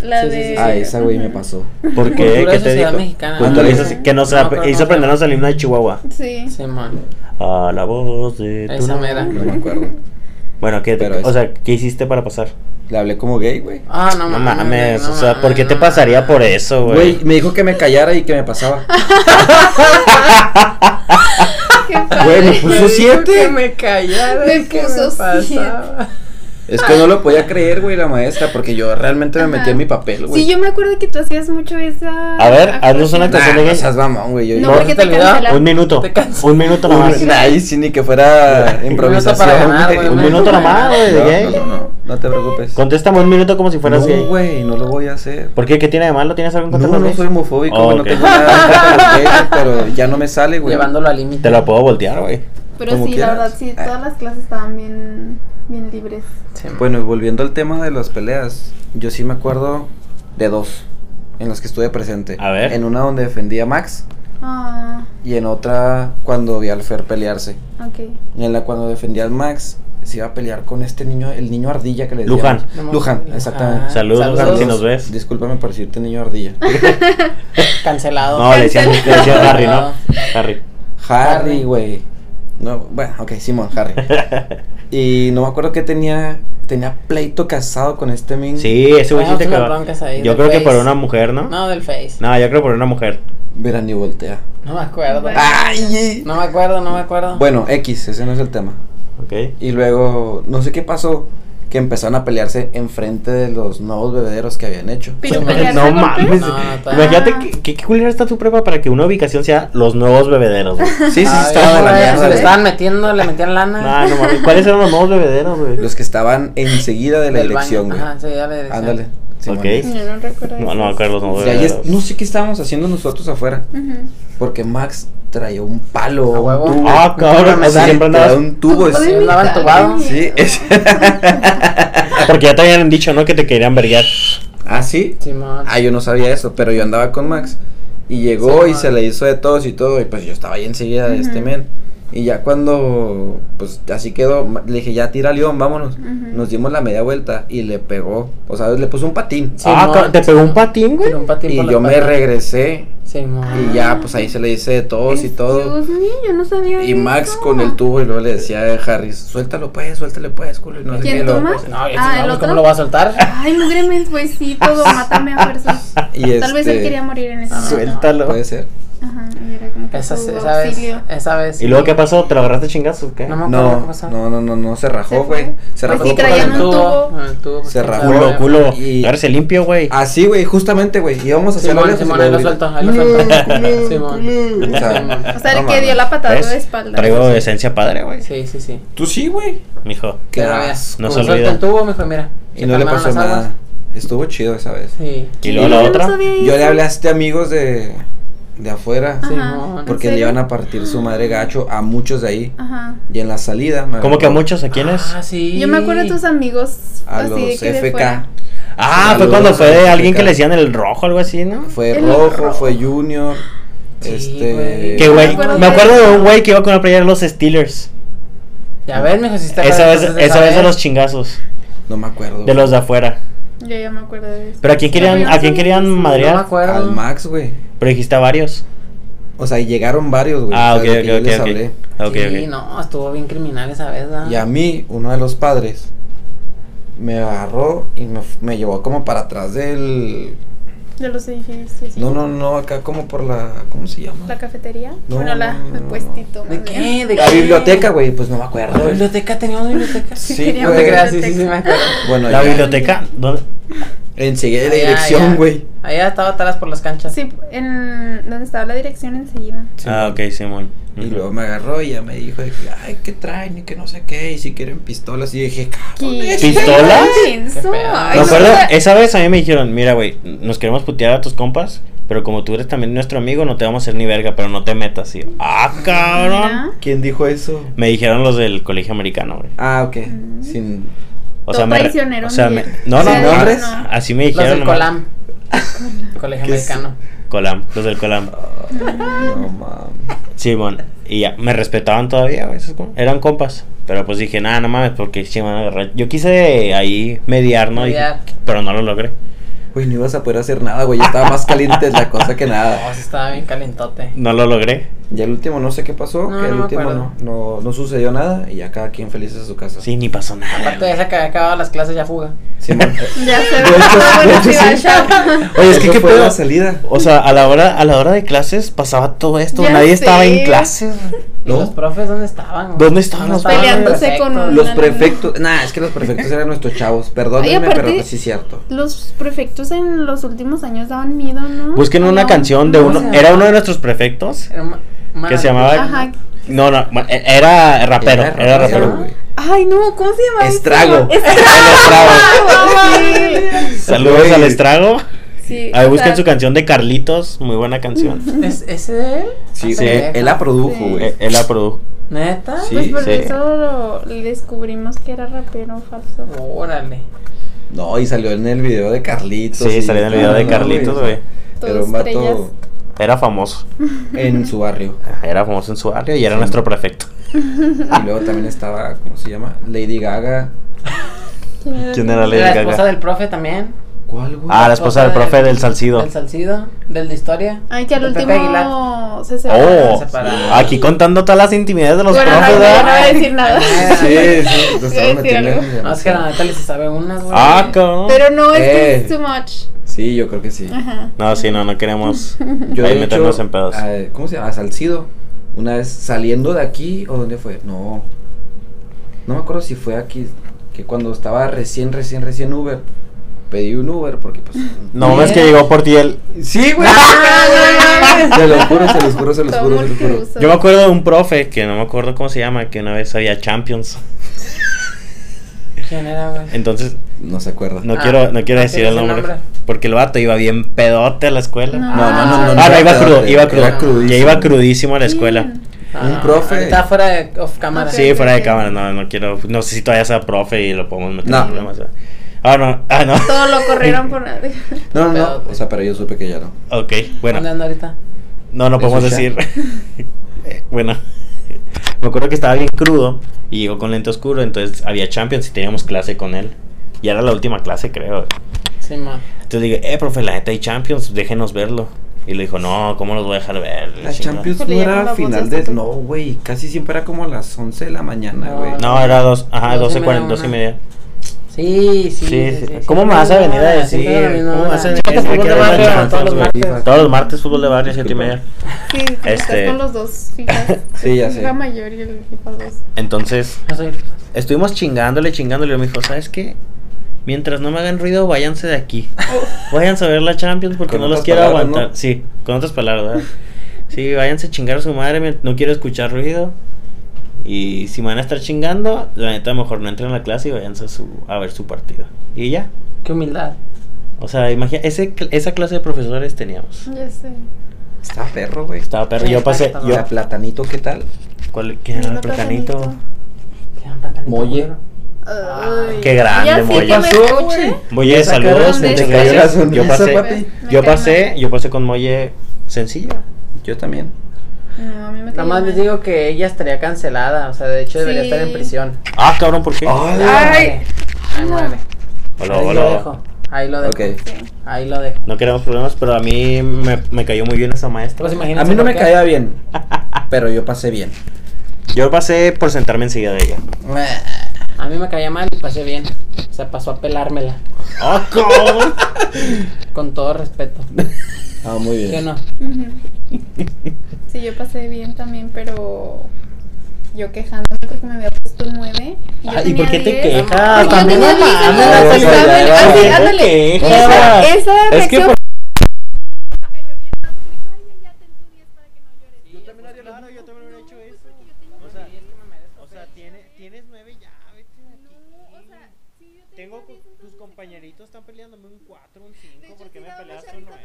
C: La
B: Sí, sí,
C: de.
B: sí.
D: Ah, esa, güey, me pasó.
A: ¿Por qué?
B: Cultura
A: ¿Qué
B: y
A: te
B: sociedad
A: dijo?
B: mexicana.
A: Cultura y
D: Ándale.
A: soci- Que nos
B: No me acuerdo
A: hizo
B: cómo se
A: aprendernos el himno de Chihuahua.
C: Sí.
B: Sí, man.
A: A la voz de. tu
B: Esa
A: nombre.
B: mera.
D: No me acuerdo.
A: Bueno, ¿qué,
D: Pero
A: o
D: es-
A: sea, ¿qué hiciste para pasar?
D: Le hablé como gay, güey.
B: Ah, no,
A: No
B: mames.
A: mames,
B: no
A: o sea, ¿por qué
B: mames,
A: te
B: no
A: pasaría
B: mames.
A: por eso,
D: Güey,
A: güey?
D: me dijo que me callara y que me pasaba.
C: Qué padre.
D: Güey, me puso
B: Que
D: siete.
B: me callara.
C: Me
B: y que
C: puso
B: pasaba.
C: siete.
D: Es que no lo podía creer, güey, la maestra, porque yo realmente me metí
C: Ajá.
D: en mi papel, güey.
C: Sí, yo me acuerdo que tú hacías mucho esa.
A: A ver, haznos una
D: Nah,
A: actuación de
D: no
A: gay.
D: seas mamón, güey. Yo,
C: No,
D: yo-
C: porque
B: ¿Te
C: te
B: olvidó?
A: Un
C: cancelaron.
A: minuto,
B: Te canso.
A: un minuto
D: Uy,
A: nomás.
D: nah, y sí, ni que fuera improvisación.
B: para ganar,
D: güey.
B: güey,
A: Un minuto nomás, güey, de
D: No,
A: gay.
D: No, no, no, no te preocupes.
A: Contéstame un minuto como si fueras
D: no,
A: gay.
D: güey, no lo voy a hacer.
A: ¿Por qué? ¿Qué tiene de malo? ¿Tienes algo en
D: No,
A: contra de los
D: no
A: gays?
D: soy homofóbico,
A: Oh,
D: güey,
A: ok.
D: no tengo nada en contra de los gays, pero ya no me sale, güey.
B: Llevándolo al límite.
A: Te la puedo voltear, güey.
C: Pero
D: como
C: sí, la
D: quieras. Ah.
C: verdad, sí, todas las clases estaban bien, bien libres.
B: Sí, man.
D: Bueno, y volviendo al tema de las peleas, yo sí me acuerdo de dos en las que estuve presente.
A: A ver.
D: En una donde defendía a Max
C: Ah,
D: y en otra cuando vi al Fer pelearse.
C: ok.
D: Y en la cuando defendía al Max, se iba a pelear con este niño, el niño ardilla que le decían.
A: Luján.
B: No, Ah.
D: Luján,
B: Luján.
D: exactamente.
A: Saludos,
B: Saludos.
A: Luján, si nos ves.
D: Discúlpame por decirte niño ardilla.
B: Cancelado.
A: No, le decían, le decían Harry, ¿no? Harry.
D: Harry, güey. No, bueno, ok, Simón, Harry. y no me acuerdo que tenía, tenía pleito casado con este min.
A: Sí, ese güey sí
B: Ah,
A: te
B: unas
A: cagó.
B: broncas ahí
A: Yo
B: de
A: creo que por
B: Face.
A: una mujer, ¿no?
B: No, del Face. No,
A: No, yo creo por una mujer.
D: Mira, ni voltea.
B: me acuerdo.
C: Bueno.
D: ¡Ay!
B: No me acuerdo, no me acuerdo.
D: Bueno, X, ese no es el tema.
A: Ok.
D: Y luego, no sé qué pasó, que empezaron a pelearse enfrente de los nuevos bebederos que habían hecho.
C: Pero
B: No
C: pelearse
A: No
C: a golpes?
A: mames.
B: No, no, está-
A: Imagínate que, que, qué culera está tu prepa para que una ubicación sea los nuevos bebederos, güey.
D: Sí, sí,
B: Ay,
D: estaban de la
B: güey,
D: mierda,
B: Se le
D: güey.
B: estaban metiendo, le metían lana.
C: Ah.
A: Ah, No, no mames. ¿Cuáles eran los nuevos bebederos, güey?
D: Los que estaban enseguida de la
B: Del
D: dirección,
B: baño.
D: güey.
B: Ajá, sí, ya la dirección.
D: Ándale. Simón.
A: Ok.
C: No, no recuerdo.
A: No, no me
C: eso.
A: acuerdo los nuevos
D: Y ahí es-
A: bebederos.
D: no sé qué estábamos haciendo nosotros afuera.
C: Ujú.
D: Porque Max traía un palo.
B: A huevo.
D: Un tubo.
A: Ah, cabrón,
D: Sí,
A: así siempre
D: traía
A: andabas.
D: un tubo.
C: Ay,
D: sí.
C: mi
B: andaba
C: cara,
B: entubado.
C: qué
D: Sí,
C: miedo.
D: es-
A: Porque ya te habían dicho, ¿no? Que te querían verguear.
D: ¿Ah, sí?
B: Simón.
D: Ah, yo no sabía eso, pero yo andaba con Max. Y llegó
B: Sí,
D: y
B: man.
D: se le hizo de todos y todo. Y pues yo estaba ahí enseguida de este
C: Ujú.
D: men. Y ya cuando, pues así quedó, ma- le dije, ya tira león, vámonos.
C: Ujú.
D: Nos dimos la media vuelta y le pegó. O sea, le puso un patín.
B: Sí,
A: Ah,
B: no,
A: ca-
D: pues,
A: ¿te pegó un patín, güey?
B: Pero un patín
D: y
B: por la
D: yo me
B: espalda.
D: regresé.
B: Simón.
D: Y ya, pues ahí se le dice de todos y todo.
C: Dios mío, yo no sabía
D: Y Max
C: eso.
D: con el tubo y luego le decía a Harris, suéltalo pues, suéltale pues, culo. Y no sé
C: ¿Quién
D: qué, luego,
C: toma?
D: pues,
B: No, y
C: Ah,
B: si
C: ¿el
B: no,
C: otro?
B: ¿cómo lo va a soltar?
C: Ay, mugre me fue sí, todo, mátame a fuerzas.
D: y
C: Tal vez él
D: este,
C: quería morir en ese
B: Ah,
C: momento.
A: Suéltalo.
D: pues, Puede ser.
C: Ajá, y era como que
B: Esa,
C: su
B: esa vez.
C: auxilio.
B: Esa vez.
A: ¿Y luego qué pasó? ¿Te lo agarraste chingazos o qué?
B: No me
D: No,
B: acuerdo qué pasó.
D: no, no, no, no, se rajó,
C: Se
D: güey.
C: fue.
D: Se
C: Pues
D: rajó
C: sí,
D: por
C: traían
D: adentro.
C: un tubo.
B: Ah, el tubo, pues,
D: Se
B: quién
D: rajó.
A: Culo,
B: sabe.
A: culo.
D: Y- Ah,
A: Agárrese limpio, güey.
D: Así, güey, justamente, güey. Íbamos hacia
B: Simón,
D: la
B: Simón, ahí lo suelto, ahí lo suelto. Simón.
D: O sea,
B: Simón.
C: O sea,
D: No
C: el que
D: mames.
C: dio la patada
A: ¿Ves?
C: de espalda.
A: Traigo esencia padre, güey.
B: Sí, sí, sí.
D: Tú sí, güey.
A: Mijo.
D: Qué
B: Pero ya,
D: asco.
A: No
B: como
A: se
B: suelta
A: olvida.
B: el tubo, me dijo, mira.
D: Y
B: se
D: no le
B: calmaron
D: pasó
B: las aguas.
D: nada. Estuvo chido esa vez.
B: Sí.
A: ¿Y luego la
C: Yo no
A: otra?
C: sabía
D: Yo le
C: eso.
D: hablé a este amigos de de afuera.
C: Ajá.
B: Simón.
C: ¿En
D: Porque le
C: serio? Ah.
D: iban a partir su madre gacho a muchos de ahí.
C: Ajá.
D: Y en la salida. me
A: ¿Cómo que a
D: acuerdo,
A: muchos? ¿A quiénes?
B: Ah, sí.
C: Yo me acuerdo de tus amigos.
D: A
C: así
D: los
C: de Ah, que de
D: FK.
C: fuera.
A: Ah, fue
D: Saludos,
A: cuando fue de
D: saludos,
A: alguien que
D: Ricardo.
A: le decían el rojo, algo así, ¿no?
D: Fue
C: El
D: rojo,
C: rojo.
D: fue Junior.
B: Sí,
D: este.
B: güey.
A: Que güey,
C: me acuerdo
A: me
C: de
A: acuerdo
C: eso.
A: de un güey que iba con una playera de los Steelers.
B: Ya ves, mijo, si está
A: Esa vez, esa vez de los chingazos,
D: No me acuerdo.
A: de los de afuera.
C: Yo ya me acuerdo de eso.
A: Pero a quién querían,
C: Pero yo
A: a quién
C: soy
A: querían
C: esa.
B: No me
A: madrear,
B: acuerdo.
D: Al Max, güey.
A: pero dijiste a varios.
D: O sea, y llegaron varios, güey.
A: Ah,
D: o
A: ok,
D: sea, de
A: ok,
D: que yo
A: ok,
D: les
A: ok.
D: hablé.
A: Ah, ok,
B: sí,
A: ok.
B: no, estuvo bien criminal esa vez. ¿verdad?
D: Y a mí, uno de los padres, me agarró y me, f- me llevó como para atrás del.
C: De los edificios. sí.
D: No, no, no, acá como por la. ¿Cómo se llama?
C: ¿La cafetería?
D: No,
C: bueno, la,
D: no, no,
C: el
D: no.
C: puestito.
B: ¿De
C: más bien.
B: qué? ¿De
D: La
B: qué?
D: biblioteca, güey, pues no me
B: ¿La
D: acuerdo. güey.
B: biblioteca? ¿Teníamos biblioteca?
D: Sí,
B: No
C: queríamos
D: güey.
B: te
C: la
B: creas, sí, sí, sí,
C: biblioteca. Ah,
B: me acuerdo.
D: Bueno,
A: La
D: ya
A: biblioteca, ¿dónde?
D: enseguida
A: Eh,
D: la
B: Allá,
D: dirección,
B: allá.
D: güey.
B: Allá estaba atrás por las canchas.
C: Sí, en donde estaba la dirección enseguida.
A: Ah, ok, Simón.
D: Y luego me agarró y ya me dijo de que, ay, ¿qué traen? Y que no sé qué, y si quieren pistolas. Y dije, cabrón,
C: ¿Qué?
D: este-
A: ¿Pistolas?
C: Eso.
B: Qué pedo.
A: Me
C: Ay, no,
A: acuerdo,
C: no,
A: esa vez a mí me dijeron, mira, güey, nos queremos putear a tus compas, pero como tú eres también nuestro amigo, no te vamos a hacer ni verga, pero no te metas. Y yo, ah, cabrón.
C: Mira.
D: ¿Quién dijo eso?
A: Me dijeron los del colegio americano, güey.
D: Ah, ok.
C: Mm.
D: Sin.
A: O
C: Todo
A: sea, me,
C: traicionero,
A: o sea, me-
C: Miguel.
A: no, no,
D: ¿Sin
A: no,
D: nombres?
A: no, así me
B: Los
A: dijeron.
B: del
A: nomás.
B: Colam. Colegio
D: ¿Qué es?
B: Americano.
A: Colam, los del Colam.
D: oh, No mames.
A: Simón. Y ya, me respetaban todavía, güey, esos com- eran compas. Pero pues dije, nada, no mames, porque sí me van a agarrar. Yo quise ahí mediar, ¿no? Dije,
B: Mediar.
A: pero no lo logré.
D: Güey, no ibas a poder hacer nada, güey. ya Estaba más caliente la cosa que nada.
A: Ah.
B: No, sí estaba bien calentote.
A: No lo logré.
D: Y el último no sé qué
B: No,
D: pasó, que
B: no
D: el
B: me
D: último
B: acuerdo.
D: no, no, no sucedió nada y ya cada quien feliz a su casa.
A: Sí, ni pasó nada.
B: Aparte de esa que acababa las clases ya fuga.
D: Simón.
C: Ya se
D: De
C: ve.
D: hecho,
C: todo
D: de
C: bueno,
D: hecho,
C: sí,
D: sí.
C: vaya.
A: Oye, es que
D: Eso
A: qué
D: fue
A: pedo.
D: la salida.
A: O sea, a la hora, a la hora de clases pasaba todo esto.
C: Ya
A: Nadie
C: sé.
A: estaba en clases.
B: ¿Y
D: ¿No?
B: los profes dónde estaban? güey?
A: ¿Dónde estaban
B: No
A: los
C: Peleándose
B: prefectos.
C: con
D: Los
C: No, no, no.
D: prefectos, nah, es que los prefectos eran nuestros chavos, perdónenme,
C: aparte-
D: pero sí es cierto.
C: Los prefectos en los últimos años daban miedo, ¿no?
A: Busquen
C: ¿O
A: una
C: no?
A: canción de
B: no,
A: uno.
B: o sea-
A: Era uno de nuestros prefectos
B: Era ma-
A: que
B: mala-
A: se llamaba.
C: Ajá.
A: No, no, ma- e- era rapero. Era, rapero.
D: güey.
C: Ay, no, ¿cómo se llama? eso?
D: Estrago.
C: Estrago. Sí.
A: Saludos
D: Güey.
A: al estrago.
C: Sí.
A: Ahí
C: o
A: busquen
C: sea,
A: su canción de Carlitos. Muy buena canción.
B: ¿Es, ¿Ese de él?
D: Sí,
A: Sí.
D: güey, él la produjo,
C: Sí.
D: güey.
A: Eh, Él la produjo.
B: ¿Neta?
D: Sí.
C: Pues por
A: sí.
C: eso lo- le descubrimos que era rapero falso.
B: Órale.
D: No, y salió en el video de Carlitos.
A: Sí,
D: y-
A: salió en el video
D: No,
A: de
D: no,
A: Carlitos, güey.
C: Todo
D: Era un
C: estrellas.
D: vato
A: Era famoso.
D: en su barrio.
A: Era famoso en su barrio y era
D: Sí.
A: nuestro prefecto.
D: Y luego también estaba, ¿cómo se llama? Lady Gaga.
A: ¿Quién era Lady
B: Era la
A: Gaga?
B: esposa del profe también.
D: ¿Cuál, güey?
A: Ah, la esposa del profe del Salcido.
B: Del Salcido, del de historia.
C: Ay, que al
B: del Pepe Aguilar.
C: último se separó.
A: Oh,
B: Separada.
A: aquí contando todas las intimidades de los
C: Bueno,
A: profes,
C: no,
A: ¿verdad?
C: no voy a decir nada.
D: Sí, sí, lo
C: Iba a
D: estaban
C: decir
D: metiendo.
C: algo.
D: en-
B: No, es que la neta les sabe unas, güey.
A: Ah, cabrón.
C: Pero no, es que
D: Eh.
C: es too much.
D: Sí, yo creo que sí.
C: Ajá.
A: No, sí, no, no queremos
D: Yo
A: ahí
D: de hecho,
A: meternos en pedos.
D: a- ¿Cómo se llama? A Salcido. Una vez saliendo de aquí, ¿o dónde fue? No. No me acuerdo si fue aquí. Que cuando estaba recién, recién, recién Uber, pedí un Uber porque pues.
A: No mames que llegó por ti él.
D: Sí, güey. se los juro, se los juro, se los
C: Todo
D: juro, se los juro.
C: multiuso.
A: Yo me acuerdo de un profe que no me acuerdo cómo se llama, que una vez había Champions.
B: ¿Quién era, güey?
A: Entonces,
D: No se acuerda.
A: no
B: Ah,
A: quiero, no quiero
B: no
A: decir
B: quieres
A: el
B: el
A: nombre,
B: nombre.
A: Porque el vato iba bien pedote a la escuela.
C: No.
D: No, no, no, no.
A: Ah, no, iba
D: era
A: crudo,
D: pedote,
A: iba
D: era
A: crudo.
D: crudísimo.
A: Ya iba crudísimo a la escuela.
C: ¿Quién?
D: Un profe.
B: Estaba Ah, fuera de off cámara.
A: Sí, fuera de
C: ok.
A: cámara, no, no quiero, no sé si todavía sea profe y lo podemos meter
D: No.
A: en problemas. ¿verdad? Ah, no, ah, no.
C: Todo lo corrieron por nadie.
D: No, no, no.
C: pues,
B: Pedote.
D: O sea, pero yo supe que ya no.
A: Ok,
B: ¿Dónde
A: bueno.
B: anda ahorita?
A: No, no
D: ¿Es
A: podemos
D: un
A: decir. Eh, bueno, me acuerdo que estaba bien crudo y llegó con lente oscuro, entonces había Champions y teníamos clase con él. Y era la última clase, creo.
B: Sí, ma.
A: Entonces le dije, eh, profe, la neta hay Champions, déjenos verlo. Y le dijo, no, ¿cómo los voy a dejar ver?
D: La
A: Chingada.
D: Champions
C: Pero
D: no
C: ya no la
D: era
C: vamos a
D: final de.
C: hacer.
D: No, güey. Casi siempre era como a las 11 de la mañana,
B: No,
D: güey.
A: No, era dos, ajá,
B: Dos y
A: doce cuarenta,
B: media,
A: doce y
B: una.
A: media.
B: Sí, sí.
A: Sí,
B: sí,
A: sí.
B: sí,
A: ¿Cómo
B: sí,
A: me vas a
B: siempre
A: venir a
B: la misma
A: decir?
B: hora, siempre
A: ¿Cómo me vas a
B: la misma hora.
A: decir
B: Chécate
A: que
B: fútbol de
A: era
B: barrio
A: la
B: todos los
A: Champions,
B: martes.
D: güey?
A: Todos los martes, fútbol de barrio, siete y
D: Disculpa.
A: media.
C: Sí, estás
A: Este-
C: con los dos fijas.
D: Sí, ya
C: El
D: sé.
C: FIFA mayor y el FIFA 2.
A: Entonces,
B: Yo soy-
A: estuvimos chingándole, chingándole. Y me dijo, ¿sabes qué? Mientras no me hagan ruido, váyanse de aquí. Váyanse a ver la Champions porque
D: Con
A: no los
D: otras
A: quiero
D: palabras,
A: aguantar.
D: ¿no?
A: Sí, con otras palabras, ¿verdad? Sí, váyanse a chingar a su madre, me- no quiero escuchar ruido. Y si me van a estar chingando, la neta mejor no entren a la clase y váyanse a, su, a ver su partido. Y ya.
B: Qué humildad.
A: O sea, imagina, ese, cl- esa clase de profesores teníamos.
C: Ya sé.
D: Estaba perro, güey.
A: Estaba perro. Yo pasé.
B: Exacto.
A: Yo,
D: La platanito, ¿qué tal?
A: ¿cuál, ¿Quién era el platanito?
D: Molle.
C: Ay.
A: Qué grande,
C: Ya sé
A: Molle.
C: que me
A: Pasó,
C: escuche.
A: Molle,
D: Esa cara
A: saludos.
C: de
A: Muchas
C: te cayó
A: gracias.
D: la
A: Yo
D: sonrisa,
A: pasé.
D: papi.
C: Me
A: Yo
C: cae
A: pasé.
C: mal.
A: Yo pasé con Molle sencilla.
D: Yo también.
C: No, a mí me
B: Nada
C: cae
B: más
C: mal.
B: les digo que ella estaría cancelada, o sea, de hecho debería
C: Sí.
B: estar en prisión.
A: Ah, cabrón, ¿por qué?
D: Ay.
B: Ay, Ahí
C: No.
B: muere.
A: Hola,
B: ahí lo
A: hola.
B: dejo. Ahí lo dejo.
D: Ok.
C: Sí.
B: Ahí lo dejo.
A: No queremos problemas, pero a mí me, me cayó muy bien esa maestra.
B: Pues
D: A
B: imagínense
D: mí no
B: por
D: me
B: qué.
D: caía bien, pero yo pasé bien.
A: Yo pasé por sentarme enseguida de ella.
B: A mí me caía mal y pasé bien. O sea, pasó a pelármela.
A: ¡Oh, cabrón!
B: Con todo respeto.
D: Ah, muy
B: ¿Sí o
D: bien.
B: no?
C: Ujú. Sí, yo pasé bien también, pero yo quejándome porque me había puesto un 9. Y, yo
A: Ah, ¿y
C: tenía
A: por qué te
C: 10.
A: quejas?
C: Porque yo
A: También
C: tenía
A: no
C: 10 en
A: mames,
C: el
D: o sea,
C: examen.
D: ya,
C: Así,
D: ya, ya
C: ándale.
A: te
C: Esa,
A: quejas.
C: esa
A: Es que
C: reacción.
A: por- pues Tienes nueve ya, vete de aquí. Tengo con- tus compañeritos están peleándome un 4, un 5, ¿por qué me peleas un 9?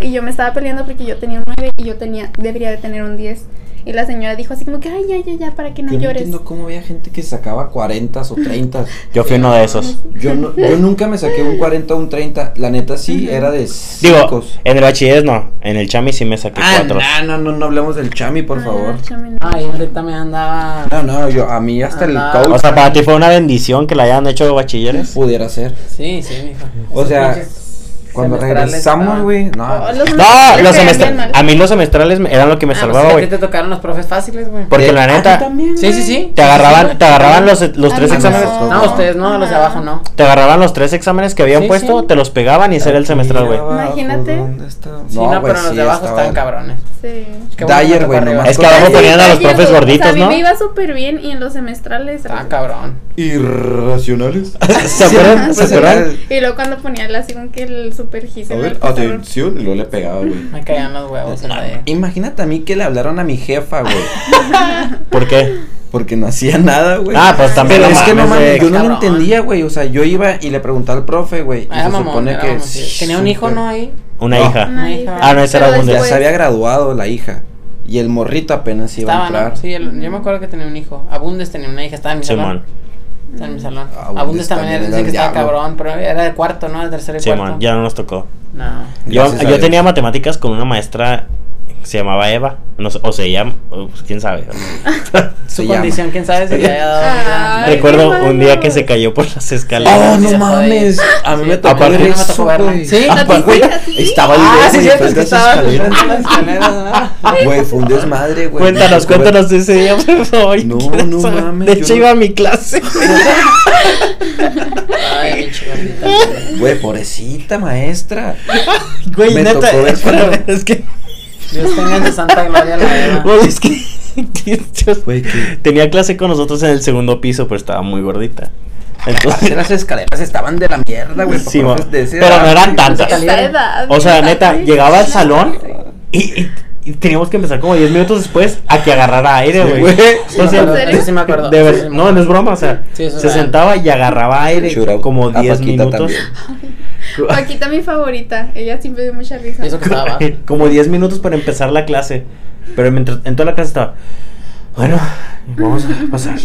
C: Y yo me estaba peleando porque yo tenía un 9 y yo tenía, debería de tener un 10. Y la señora dijo así como que, ay, ya, ya, ya, para que no
D: Yo no
C: llores.
D: entiendo cómo había gente que sacaba 40 o 30.
A: Yo fui uno de esos.
D: Yo, no- yo nunca me saqué un 40 o un 30. La neta sí, era de
A: Digo,
D: cicos.
A: en el bachiller no, en el chami sí me saqué
D: Ah,
A: 4.
D: no, no, no, no hablemos del chami, por
C: Ah,
D: favor.
C: chame, no.
B: Ay, ahorita me andaba.
D: No, no, yo, a mí hasta el
B: Ah,
A: O
D: coach
A: sea, para ti fue una bendición que la hayan hecho bachilleres.
D: pudiera ser.
B: Sí, sí, mijo.
D: O
B: Esos
D: sea,
B: pinches
D: Cuando
B: semestrales
D: regresamos,
B: estaban-
D: güey, no.
C: Oh, los
A: No,
C: me
A: los
C: caían
A: semestrales.
C: bien mal.
A: A mí los semestrales me- eran lo que me
B: Ah,
A: salvaba,
B: pues,
A: güey.
B: a ti te tocaron los profes fáciles, güey.
A: Porque la
D: ¿A ti
A: neta,
D: también,
B: Sí,
D: güey?
B: sí, sí.
A: te agarraban, te agarraban los, los
C: A
A: tres
C: mí
A: exámenes.
D: no.
B: No, ustedes no, los de abajo no.
A: Te agarraban los tres exámenes que habían
B: Sí,
A: puesto,
B: sí.
A: te los pegaban y ese era el semestral, güey.
D: Abajo,
C: Imagínate.
D: pues, ¿dónde está?
B: Sí, no,
D: güey,
B: pero los
D: sí,
B: de abajo
D: estaba-
B: están cabrones.
C: Sí.
B: Qué bueno que
D: Dyer,
B: no
D: güey,
B: toca
D: nomás
B: arriba.
A: Es que abajo
C: Sí,
A: ponían a los
C: está
A: profes
C: lleno.
A: gorditos,
C: O sea, a mí
A: ¿no? Ah,
C: me iba súper bien y en los semestrales.
B: Está cabrón.
D: Irracionales.
A: ¿Se acuerdan?
D: pues,
A: ¿Se acuerdan?
C: Y luego cuando ponía el así como que el super gis
D: A
C: en
D: ver,
C: el pizarrón.
D: atención, y luego le pegaba, güey.
B: Me caían los
D: Pues,
B: huevos. en la de-
D: Imagínate a mí que le hablaron a mi jefa, güey.
A: ¿Por qué?
D: Porque no hacía nada, güey.
A: Ah, pues también.
D: Pero
A: no
D: es que no
A: mames,
D: mames,
A: güey.
D: yo no lo
B: cabrón.
D: entendía, güey. O sea, yo iba y le preguntaba al profe, güey. Y
B: Ah, Era
D: se
B: mamón,
D: supone
B: era
D: que.
B: mamón, sí. Tenía un hijo, ¿no? Ahí.
A: Una
D: No.
A: hija.
C: Una
B: Ah,
C: hija.
B: no,
A: esa era
C: Pero
A: donde-
D: Ya
C: después-
D: se había graduado la hija. Y el morrito apenas iba
B: Estaba,
D: a entrar.
B: ¿no? Sí, el- yo me acuerdo que tenía un hijo. Abundes tenía una hija, estaba en mi
A: Simón.
B: salón. Estaba en mi salón.
D: Ah, Abundes
B: Abundes también
D: también
B: era,
D: era
B: dicen que
D: el
B: estaba
D: diablo.
B: cabrón, pero era de cuarto, ¿no? De tercero y cuarto.
A: Simón, ya no nos tocó.
B: No.
A: Yo,
D: Gracias a
A: yo
D: Dios.
A: tenía matemáticas con una maestra que se llamaba Eva. No sé, o se llama, o, pues, quién sabe.
B: Su
D: Se
B: condición, quién sabe si le haya dado.
C: Ay,
A: Recuerdo
C: qué
A: un día
C: malo.
A: que se cayó por las escaleras. Ah,
D: ¡Oh, no
B: Sí,
D: mames! A mí me tocó
A: Ah, aparte-
D: ver
A: A mí
B: me tocó
D: eso,
B: verla.
D: güey.
B: Ah, Sí, la
A: pues,
D: Aparte,
C: tuviste
D: güey,
C: así.
D: Estaba el
B: Ah,
D: dedo
B: sí,
D: en
B: cierto, es
D: frente
B: que
D: de esas
B: estaba
D: escaleras.
B: en la escalera. ¿verdad?
D: Güey, fue un desmadre, güey.
A: Cuéntanos, cuéntanos de ese día, por favor. yo
D: No,
A: quiero
D: no
A: saber.
D: mames,
A: De
D: yo
A: hecho,
D: no-
A: iba a mi clase.
B: Ay, pinche gordita.
D: Güey, pobrecita maestra.
A: Güey,
D: Me
A: neta.
D: tocó ver-
A: espérame, Es que.
B: Dios tenga en su santa gloria la Eva.
A: Güey, es que. Dios.
D: Ah. Güey, que.
A: Tenía clase con nosotros en el segundo piso, pero estaba muy gordita.
D: Aparte,
A: Entonces.
D: las escaleras estaban de la mierda, güey.
A: Sí,
D: para
A: mo-
D: de ese
A: pero no
D: edad,
A: eran
D: güey. pues,
A: tantas.
C: Esta pues, edad, pues,
A: O sea,
C: esta
A: neta,
C: edad.
A: llegaba al salón y, y- y teníamos que empezar como 10 minutos después a que agarrara aire, güey.
B: Sí,
A: O
B: me
A: sea,
B: acuerdo,
C: ¿en serio?
B: eso sí me acuerdo.
A: de
B: eso
A: ver-
B: sí me
A: no, no es broma, o sea,
B: Sí, eso
A: se
B: es real.
A: sentaba y agarraba aire
D: Shout out
A: como
D: a
A: 10
D: Paquita
A: minutos.
D: también.
C: Paquita, mi favorita. Ella siempre dio mucha risa.
B: acuerdo. Eso que estaba abajo.
A: como 10 minutos para empezar la clase. Pero mientras, en toda la clase estaba, bueno, vamos a pasar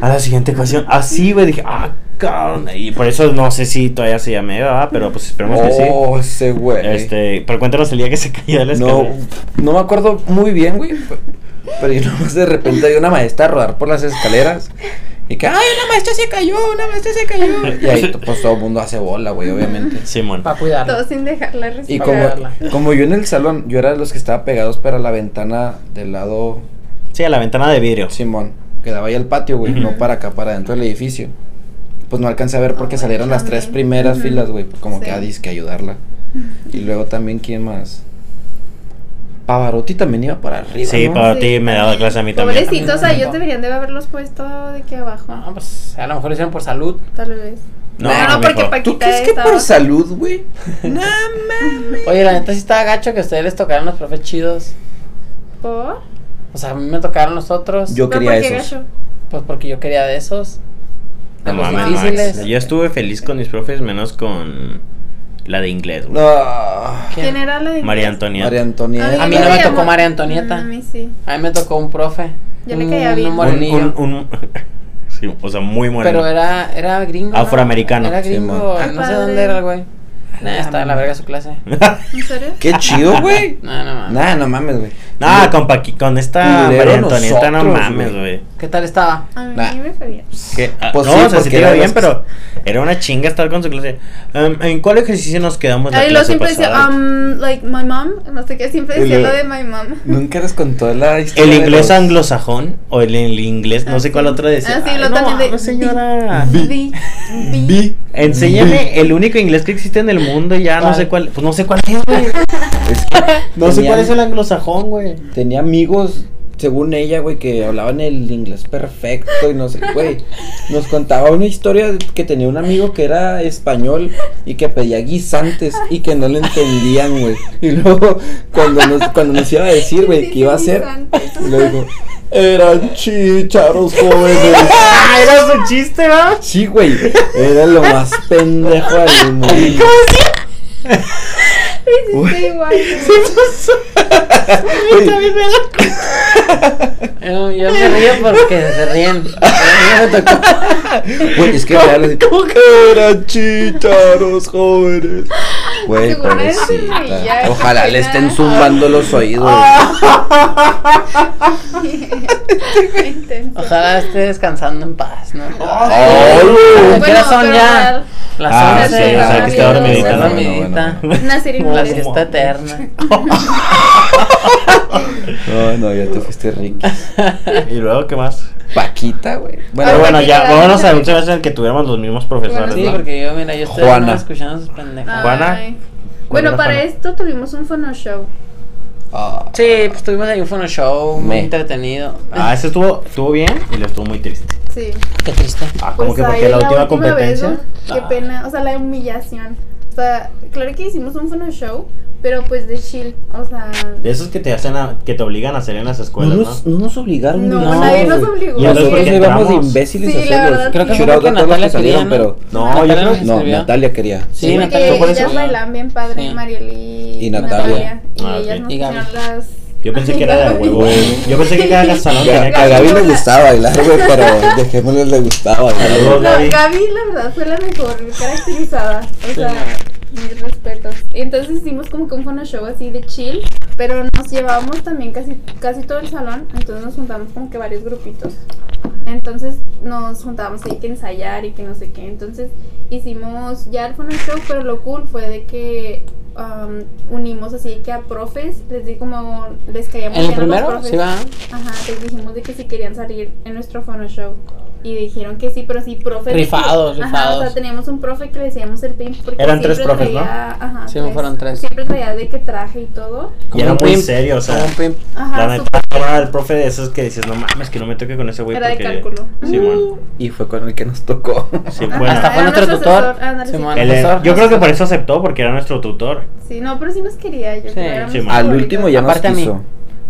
A: a la siguiente ecuación. Así, güey, dije, ah, cabrón. Y por eso no sé si todavía se llame, ¿verdad? Pero pues esperemos que sí.
D: Oh, ese güey.
A: Este, pero cuéntanos el día que se cayó de la
D: No,
A: escalera.
D: no me acuerdo muy bien, güey. Pero yo nomás de repente vi una maestra rodar por las escaleras. Y que, ¡ay, una maestra se cayó! ¡Una maestra se cayó! Y ahí, pues todo el mundo hace bola, güey, obviamente.
A: Simón.
B: Para cuidarlo.
C: Todo sin dejarla respirar.
D: Y como,
B: verla.
D: como yo en el salón, yo era de los que estaba pegados para la ventana del lado
A: Sí, a la ventana de vidrio.
D: Simón, que daba ahí al patio, güey,
A: Ujú.
D: no para acá, para dentro del edificio. Pues no alcancé a ver porque
C: Ah,
D: salieron las tres
C: también.
D: primeras
C: Ujú.
D: filas, güey, como
C: Sí.
D: que a disque ayudarla. Y luego también, ¿quién más? Pavarotti también iba para arriba.
A: Sí,
D: ¿no?
A: Pavarotti. ti me daba clase a mí también.
C: Pobrecitos, o sea,
B: También.
C: ellos deberían de haberlos puesto de aquí
B: Ah,
C: abajo.
B: pues a lo mejor lo hicieron por salud.
C: Tal vez.
A: No,
C: No, no,
A: mijo.
C: porque
D: ¿Tú
C: Paquita
D: crees que
C: estaba.
D: por salud, güey? no mames.
B: Oye, la neta sí estaba gacho que a ustedes les tocaron los profes chidos.
C: ¿Por?
B: O sea, a mí me tocaron los otros.
D: Yo
C: ¿Pero
D: quería
C: por qué,
D: esos.
C: gacho?
B: Pues porque yo quería de esos. De
A: No
B: los
A: mames, no,
B: pues, difíciles.
A: es- Yo estuve feliz con mis profes, menos con La de inglés, güey.
D: No.
C: ¿Quién era la de
A: María
C: inglés?
A: Antonia.
D: María Antonieta.
B: A mí
C: yo
B: no
C: le
B: me tocó
C: llamo-
B: María Antonieta.
C: Mm, A mí sí.
B: A mí me tocó un profe.
C: Yo le
B: un-
C: caía
B: Un
C: bien. Un-
B: morenillo.
A: sí, o sea, muy moreno.
B: Pero era, era gringo. ¿no?
A: Afroamericano.
B: Era gringo. no
C: Simón.
B: sé
C: Ah, Padre. Ah,
B: dónde era el güey. Nah, estaba a la verga su clase.
C: ¿En serio?
D: Qué chido, güey.
B: No, no mames.
D: Nah, no mames, güey.
A: Nah, Ah, con, Paqui- con esta
D: Culero
A: María Antonieta no
D: nosotros,
A: mames,
D: güey.
A: güey.
B: ¿Qué tal estaba?
C: A mí
D: Nah.
C: me fue bien.
D: Que-
A: Ah,
D: pues
A: no,
D: sí,
A: o sea, sí
D: porque
A: te iba
D: eran
A: bien,
D: los-
A: pero era una chinga estar con su clase. Em, ¿En cuál ejercicio nos quedamos la
C: Ay, lo
A: clase
C: siempre decía,
A: pasada?
C: um, like my mom, no sé qué, siempre decía
D: El-
C: lo de my mom.
D: Nunca les contó la historia.
A: ¿El
D: de
A: inglés
D: los-
A: anglosajón o el, el inglés, no
C: Ah,
A: sé cuál
C: sí.
A: otro decía?
C: Ah, sí,
A: Ay,
C: lo
A: no
C: también de-
A: mames, señora.
C: Vi, vi.
D: Vi.
A: Enséñame el único inglés que existe en el mundo y ya no
B: ¿Cuál?
A: sé cuál. Pues no sé cuál es, güey.
D: Es que
A: No sé
D: tenía-
A: cuál es el anglosajón, güey.
D: Tenía amigos, según ella, güey, que hablaban el inglés perfecto y no sé, güey. Nos contaba una historia que tenía un amigo que era español y que pedía guisantes y que no le entendían, güey. Y luego, cuando nos, cuando nos iba a decir, güey, que iba a hacer, luego, eran chícharos jóvenes.
A: Ah, era su chiste, ¿no?
D: Sí, güey, era lo más pendejo del mundo.
C: Lo hiciste igual.
D: Güey,
B: Yo, Eh, yo me río porque se ríen. A mí me tocó.
D: Güey, es que real, eran chícharos jóvenes. Güey,
C: Seguramente, güey, ya, Ah.
D: pobrecita. Ojalá le estén
C: ya.
D: zumbando los oídos.
C: Qué intenso.
B: Ojalá esté descansando en paz, ¿no?
D: Ay, güey.
B: ¿Qué horas son
C: pero
B: ya? Las
A: Ah,
B: once.
A: sí, o sea, que está dormidita,
B: Está
A: ¿no?
B: dormidita.
D: Bueno, bueno,
C: Una serie
B: Como la
C: inglesa.
B: siesta eterna.
D: No, no, ya te fuiste rico.
A: Y luego, ¿qué más?
D: Paquita, güey.
A: Pero
C: Ahora
D: Bueno,
A: bueno,
C: que
A: ya,
C: quedaron
A: vámonos a
C: en-
A: un semestre en el que tuviéramos los mismos profesores,
B: Sí,
A: ¿no?
B: porque yo, mira, yo estoy
D: Juana.
B: nomás escuchando sus pendejos.
C: Ay.
A: Juana.
C: Bueno,
A: Juana,
C: para
A: Juana.
C: esto tuvimos un phono show.
D: ah,
B: Sí, pues tuvimos ahí un phono show muy
D: Me.
B: entretenido.
A: Ah, ese estuvo, estuvo bien y lo estuvo muy triste.
C: Sí.
B: Qué triste.
A: Ah, como que porque
C: Pues ahí
A: la última
C: vez,
A: competencia.
C: ¿no? qué
B: Ah.
C: pena, o sea, la humillación. O sea, claro que hicimos un phono show, pero pues de chill, o sea,
A: De esos que te hacen a- que te obligan a hacer en las
D: no,
A: escuelas, ¿no?
D: nos, no nos obligaron.
C: No,
D: nada,
B: nadie nos
D: güey.
C: obligó.
A: Y a los
D: Nosotros
A: que
D: no íbamos de
A: entramos.
D: imbéciles
C: Sí,
D: a
C: la
D: hacerlos.
C: verdad,
B: Creo que
C: Sí.
B: fue
D: Shoutout
B: porque
D: a todos los
B: Natalia
D: que
B: quería,
D: salieron,
B: ¿no?
D: pero.
A: No,
B: Natalia
A: yo creo-
B: nos
D: No,
B: escribió.
D: Natalia quería.
B: Sí,
C: Sí,
B: Natalia
C: porque
A: fue por eso.
C: ellas bailan bien padre,
B: Sí.
C: Marieli
D: Y Natalia.
C: Y
A: Ah,
C: ellas
A: ok.
C: nos
B: Y Gaby.
C: pusieron las...
A: Yo pensé que era de a huevo.
D: Güey.
A: Yo pensé que cada salón
D: Ga-
A: tenía
D: A
A: que
D: Gaby le gustaba bailar, güey, pero dejémosle le gustaba bailar.
A: Saludos.
D: güey.
C: No,
A: Gaby.
C: Gaby, la verdad, fue la mejor caracterizada. O sea, mis respetos. Entonces hicimos como que un phono show así de chill, pero nos llevábamos también casi, casi todo el salón, entonces nos juntamos como que varios grupitos. Entonces nos juntábamos ahí que ensayar y que no sé qué. Entonces hicimos ya el phono show, pero lo cool fue de que um, unimos así que a profes, les di como, les caíamos
B: ¿En el
C: bien a los
B: primero?
C: profes.
B: Sí, va.
C: Ajá, les dijimos de que si querían salir en nuestro phono show. Y dijeron que sí, pero sí, profe. de que-
B: Rifados,
C: Ajá, o sea,
B: rifados.
C: teníamos un profe que le decíamos el pin porque
A: Eran tres
C: siempre
A: profes, ¿no?
C: traía- Ajá,
B: Sí, fueron tres.
C: Siempre traía de que traje y todo.
A: Y
B: Como
A: era
B: un
A: muy
B: pimp,
A: serio, o sea.
B: como un pimp.
A: La
C: Ajá,
A: neta
C: súper-
A: era el profe de esos que dices, no mames, que no me toque con ese güey.
C: Era de
A: porque...
C: cálculo. Uh.
A: Sí, bueno.
D: Y fue con el que nos tocó.
A: Sí,
C: Ajá,
A: fue.
B: Hasta
C: era
B: fue nuestro tutor.
C: asesor, Ah, ándale, sí.
B: Simón.
A: Él
B: el
A: era-
B: profesor.
A: yo creo que por eso aceptó, porque era nuestro tutor.
C: Sí, no, pero sí nos quería yo.
B: Sí.
C: creo, éramos
A: Sí,
C: sus
A: man.
D: Al
C: favoritos.
D: último ya nos
B: Aparte a mí.
D: quiso.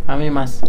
B: A mí más.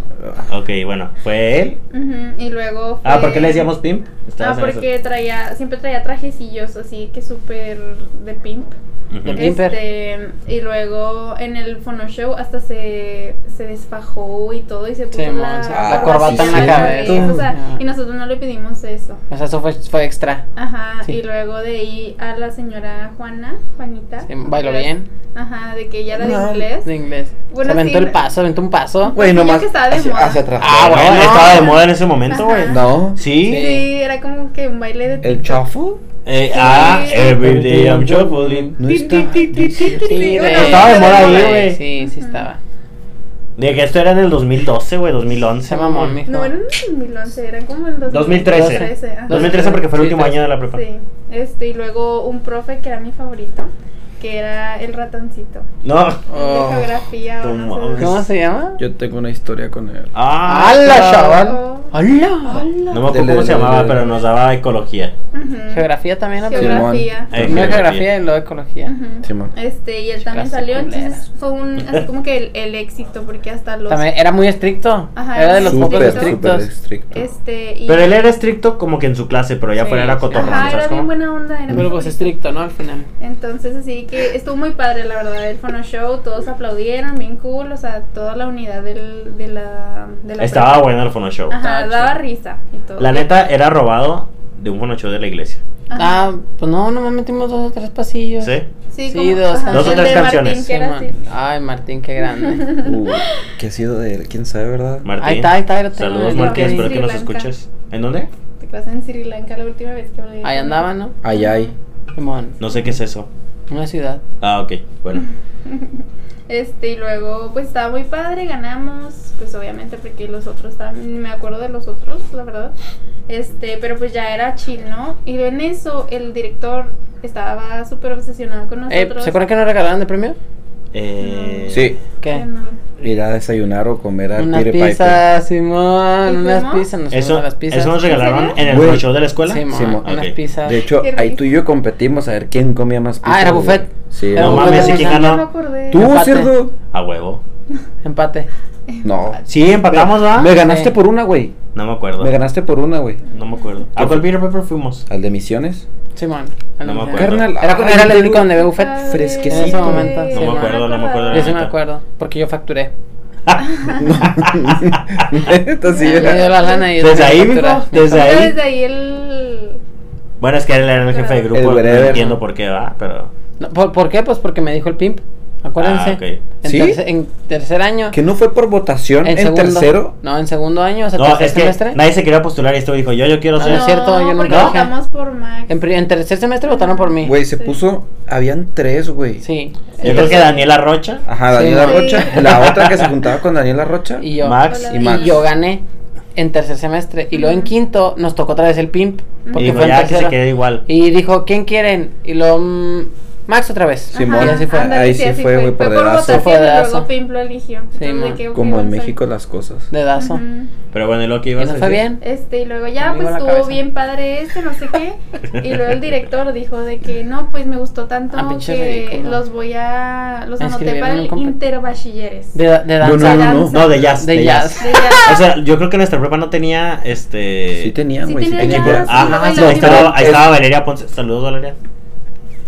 B: Ah.
A: Ok, bueno, fue él.
C: Ujú, Y luego.
A: Ah, ¿por
C: fue-
A: qué le decíamos pimp?
C: Ah,
A: Estabas en eso.
C: porque traía, siempre traía trajecillos así que súper de pimp.
A: Ujú.
B: De pimp. Pimper.
C: Este, y luego en el Fono Show hasta se, se desfajó y todo y se puso
B: Sí,
C: la,
B: mon, sí,
D: la corbata en la
B: cabeza.
C: o sea,
B: Ah.
C: y nosotros no le pedimos eso.
B: O sea, eso fue, fue extra.
C: Ajá,
B: Sí.
C: y luego de ahí a la señora Juana, Juanita.
B: Sí, bailó
C: Era-
B: bien.
C: Ajá, de que ella era
D: No,
C: de inglés.
B: De inglés.
C: Bueno,
B: se aventó
C: sí,
B: el paso, aventó un paso.
D: Güey,
C: Yo
D: nomás.
C: que estaba de
D: hacia-
C: moda.
D: hacia atrás.
A: Ah,
D: güey,
A: bueno,
D: ¿no?
A: estaba de moda en ese momento, güey.
C: Ajá.
D: No.
A: Sí.
C: Sí, era como que un baile de
D: ¿El chafo?
A: Eh, ah,
C: Sí.
A: every day I'm shuffling.
D: No
C: Ti,
D: está.
C: ti, ti, ti, ti, ti.
B: güey.
C: Bueno,
A: Estaba de moda ahí, güey.
B: Sí, sí estaba.
A: De que esto era en el 2012, güey, 2011.
B: Se mamó, mijo.
C: No, era en el 2011, era como el
A: 2013.
C: 2013, ajá.
A: 2013 porque fue el
B: Sí,
A: último
B: sí.
A: año de la prepa.
C: Sí, este, y luego un profe que era mi favorito, que era el ratoncito.
A: No.
D: Oh,
C: de geografía o
A: no
C: no sé.
B: ¿Cómo se llama?
D: Yo tengo una historia con él.
A: Ah,
B: ¡Hala,
A: está.
B: chaval!
C: Oh.
B: ¡Hala!
A: No me acuerdo
D: Dele,
A: cómo se
D: dele,
A: llamaba,
D: dele.
A: pero nos daba ecología.
C: Ujú.
B: Geografía también, ¿no?
C: Geografía.
A: Eh,
B: Primero geografía y luego ecología.
C: Ujú.
D: Simón.
C: Este, y él también
B: Clase
C: salió,
B: culera.
C: entonces fue un, así como que el, el éxito, porque hasta los,
B: También era muy estricto.
C: Ajá,
B: era de los
C: súper,
B: pocos
D: Súper,
B: estrictos.
D: súper estricto.
C: este, y,
A: Pero él era estricto como que en su clase, pero ya
B: Sí.
A: fuera era cotorrón,
C: ajá,
A: ¿sabes
C: era bien
A: cómo?
C: buena onda, era
B: Pero
C: bien
B: pues
C: bonito.
B: estricto, ¿no? Al final.
C: Entonces, así que estuvo muy padre, la verdad, el Fono Show, todos aplaudieron, bien cool, o sea, toda la unidad del, de la... De la
A: Estaba
C: prepa.
A: bueno el Fono Show.
B: Estaba
C: Ajá, daba
B: chido.
C: risa y todo.
A: La neta era robado de un Fono Show de la iglesia.
C: Ajá.
B: Ah, pues no, nomás metimos dos o tres pasillos.
A: ¿Sí?
C: sí,
B: sí,
C: como-
B: dos,
C: ajá,
A: dos o
C: el
A: tres
C: de Martín,
A: canciones.
C: que
B: Sí,
C: era
B: man.
C: así.
B: Ay, Martín, qué grande.
D: Uh, ¿Qué ha sido de él? ¿Quién sabe, verdad?
A: Martín.
B: Ahí está, ahí está, ahí lo tengo.
A: Saludos,
B: Ahí está.
A: Martín, espero que nos
C: Sri Lanka.
A: escuches. ¿En dónde?
C: Te quedas en Sri Lanka la última vez que hablé. con
B: Ahí
C: él.
B: andaban, ¿no?
D: Ay, ay.
B: Simón,
A: No sé qué es eso.
B: una ciudad.
A: Ah, ok, bueno.
C: Este, y luego, pues estaba muy padre, ganamos, pues obviamente, porque los otros estaban, ni me acuerdo de los otros, la verdad. Este, pero pues ya era chill, ¿no? Y en eso, el director estaba súper obsesionado con
B: Eh,
C: nosotros.
B: ¿Se acuerdan que nos regalaron de premio?
A: Eh,
D: Sí.
C: Ya
B: ¿Qué?
C: no.
D: Ir a desayunar o comer al
B: Unas
D: Peter Piper.
B: pizzas, Simón,
C: ¿Y
B: unas
C: fuimos?
B: pizzas, nos
A: Eso,
B: fuimos a las pizzas.
A: eso nos
C: ¿En
A: regalaron
C: serio?
A: en el
D: Güey.
A: Fono Show de la escuela.
B: Simón,
D: Simón,
B: unas
A: ok.
B: pizzas.
D: De hecho,
C: Qué
D: ahí tú y yo competimos a ver quién comía más
B: Ah, era
D: güey.
B: buffet.
D: Sí.
B: Era
A: No
B: buffet.
A: mames, ¿y Ah, quién
B: Ya
C: Ya me
A: ganó?
C: acordé.
D: ¿Tú,
B: Empate.
D: cerdo?
A: A huevo.
B: Empate.
D: No.
A: Sí, empatamos,
C: Ah,
A: ¿va?
D: Me ganaste
B: Sí.
D: por una, güey.
A: No me acuerdo.
D: Me ganaste por una, güey.
A: No me acuerdo. ¿A cuál Peter Piper fuimos?
D: Al de Misiones.
B: Simón.
A: No me acuerdo.
D: Carnal.
B: Era,
D: ay,
B: era el
D: güey.
B: único donde veo buffet.
C: Padre.
D: fresquecito. En ese
B: momento, No sí, me no.
A: acuerdo, no me acuerdo.
B: Yo sí me acuerdo, porque yo facturé.
D: Neta, sí,
B: Yo
D: era-
B: dio la lana y yo
A: Desde
B: sí
A: ahí,
B: facturé.
A: mijo, desde
C: Pero
A: ahí.
C: Desde ahí el...
A: Bueno, es que él era el jefe de
C: El
A: grupo. No
D: wherever.
A: entiendo por qué va, pero.
B: No, ¿por, por qué? Pues porque me dijo el pimp. Acuérdense.
A: Ah, ok.
B: en,
D: ¿Sí?
B: terce- en tercer año.
D: Que no fue por votación en,
B: segundo,
D: tercero.
B: No, en segundo año, o sea,
A: No,
B: tercer
A: es que
B: semestre. Ah,
A: nadie se quería postular y este güey dijo: Yo, yo quiero
B: No,
A: ser.
B: es cierto, yo
C: porque
B: nunca
C: votamos por Max.
B: En, pri- en tercer semestre votaron por mí.
D: Güey, se
C: Sí.
D: puso. Habían tres, güey.
B: Sí.
A: Yo creo que Daniela Rocha.
D: Ajá,
B: Sí,
D: Daniela
C: güey.
D: Rocha. La otra que se juntaba con Daniela Rocha.
B: Y yo.
A: Max
C: Hola,
D: y
B: Y
D: Max.
B: yo gané en tercer semestre. Y luego en
C: Ujú.
B: quinto nos tocó otra vez el pimp. Porque
A: Y dijo:
B: fue en
A: Ya que se
B: tercero.
A: quede igual.
B: Y dijo, ¿quién quieren? Y luego, mm, Max otra vez.
C: Ajá,
D: Simón.
B: Y así fue.
C: ándale,
D: Ahí sí
C: así
D: fue, güey, por
C: Fue por
D: dedazo.
C: votación
B: Fue
C: y
B: dedazo.
C: luego Pimp lo eligió. Entonces,
B: Sí,
C: de
B: man.
C: que, ok,
D: Como en
C: vamos a-
D: México las cosas.
B: Dedazo.
C: Ujú.
A: Pero bueno, ¿y lo que
B: Y
A: ibas a
B: nos fue
A: decir?
B: bien.
C: Este, y luego ya,
B: Conmigo
C: pues
B: la
C: estuvo
B: cabeza.
C: bien padre este, no sé qué. y luego el director dijo de que no, pues me gustó tanto
B: Ah, pinche
C: que
B: ridículo.
C: los voy a. Los
B: Me
C: anoté
B: inscribieron
C: para
B: en
C: el
B: un compe-
C: Interbachilleres.
B: De, de
D: No,
B: danza.
D: no, no, no.
C: Danza.
A: No, de jazz.
B: De
A: De jazz.
B: jazz.
C: De ya-
A: O sea, yo creo que nuestra prepa no tenía este.
D: Sí tenían,
C: Sí
D: güey.
C: tenía
A: equipo.
C: jazz,
A: Ah,
C: luego
B: ajá,
C: en
B: sí,
C: la
A: ahí
D: no,
C: última-
A: estaba,
D: es-
A: ahí estaba Valeria Ponce. Saludos, Valeria.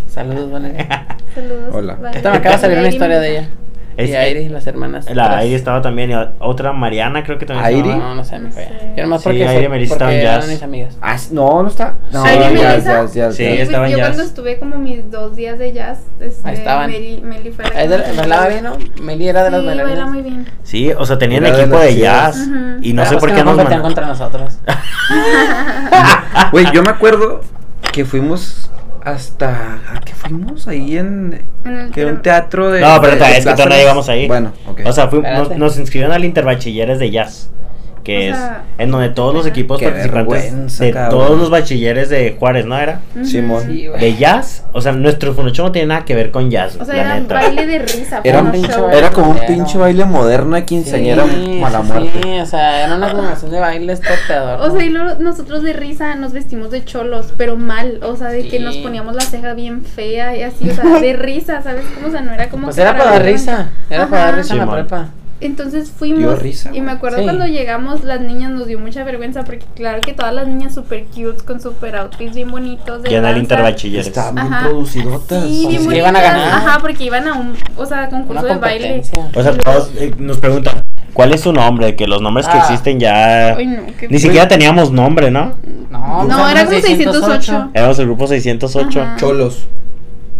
B: Saludos, Valeria.
C: Saludos.
D: Hola.
C: Vale.
B: Esta me acaba de salir una
C: Yairi
B: historia de
C: Mendoza.
B: ella.
A: Es-
B: y Airis, las hermanas.
A: La
B: Tras-
A: Airi estaba también. Y otra, Mariana, creo que también.
D: Airi.
A: estaba.
B: No, no sé, me
C: No
B: fue.
C: sé.
B: Yo nomás
A: Sí,
B: porque,
A: Airi
B: fue-
A: Melissa estaba en
B: porque
A: jazz.
B: eran mis amigas.
D: Ah, no, no está. No,
A: Sí,
D: ya, ya,
C: Melissa.
D: ya, ya,
A: Sí,
D: ya.
C: Pues
A: estaba en
C: yo
A: jazz.
C: cuando estuve como mis dos días de jazz, este,
B: Ahí estaban.
C: Meli, Meli fue la
B: Ahí de- Bailaba bien, ¿no? Meli era de las
C: Sí, baila
B: bailarinas.
C: muy bien.
A: Sí, o sea, tenían
D: Era de
A: equipo
D: las
A: de
D: chidas.
A: jazz.
C: Ujú.
A: Y no
B: Pero
A: sé
B: es
A: por
B: que
A: qué
B: no
A: nos
B: competían
A: mandaron.
B: contra nosotros.
D: Güey, yo me acuerdo que fuimos hasta. ¿A qué fuimos? Ahí en.
C: En el
D: Que era un
C: teatro.
D: teatro de.
A: No, pero
D: de-
A: ta-
D: de
A: es que
D: plazas.
A: todavía no llegamos ahí.
D: Bueno, ok.
A: O sea, fuimos- nos,
B: Espérate.
A: nos inscribieron al Interbachilleres de Jazz, que
C: O
A: es
C: sea,
A: en donde todos los equipos
D: qué
A: participantes
D: vergüenza,
A: de
D: cabrón.
A: todos los bachilleres de Juárez, ¿no era?
C: Ujú.
D: Simón.
B: Sí, güey.
A: De jazz, o sea, nuestro funocho no tiene nada que ver con jazz,
C: O sea,
A: la
C: era
A: neta.
C: baile de risa. fue
D: Era, un
C: un
B: pinche
C: show.
B: baile.
D: era como un
B: Pero-
D: pinche baile moderno de quinceañera
B: Sí,
D: mala
B: sí,
D: muerte.
B: Sí, o sea, era una combinación de bailes toteador.
C: O sea, y luego nosotros de risa nos vestimos de cholos, pero mal. O sea, de que
B: Sí.
C: nos poníamos la ceja bien fea y así, o sea, de risa, ¿sabes? cómo? O sea, no era como.
B: Pues
C: que
B: era para dar
C: ver-
B: risa. Era para dar
C: Ajá.
B: risa en la
A: Simón.
B: prepa.
C: Entonces fuimos.
D: Dio risa,
C: y me
D: güey.
C: acuerdo
B: Sí.
C: cuando llegamos, las niñas nos dio mucha vergüenza, porque claro que todas las niñas super cute, con super outfits bien bonitos. De
A: Y en el
C: danza.
A: Interbachilleres.
D: Estaban bien
C: Ajá.
D: producidotas.
C: Sí, bien
B: Es que
C: bonitas.
B: iban a ganar.
C: Ajá, porque iban a un, o sea,
B: Una
C: concurso de baile.
B: competencia.
A: O sea, todos eh, nos preguntan, ¿cuál es su nombre? Que los nombres que
B: Ah.
A: existen ya...
C: Ay, no, qué
A: Ni siquiera teníamos nombre, ¿no?
B: No, pues
C: No, era como 608.
A: Éramos el grupo 608.
C: Ajá.
D: Cholos.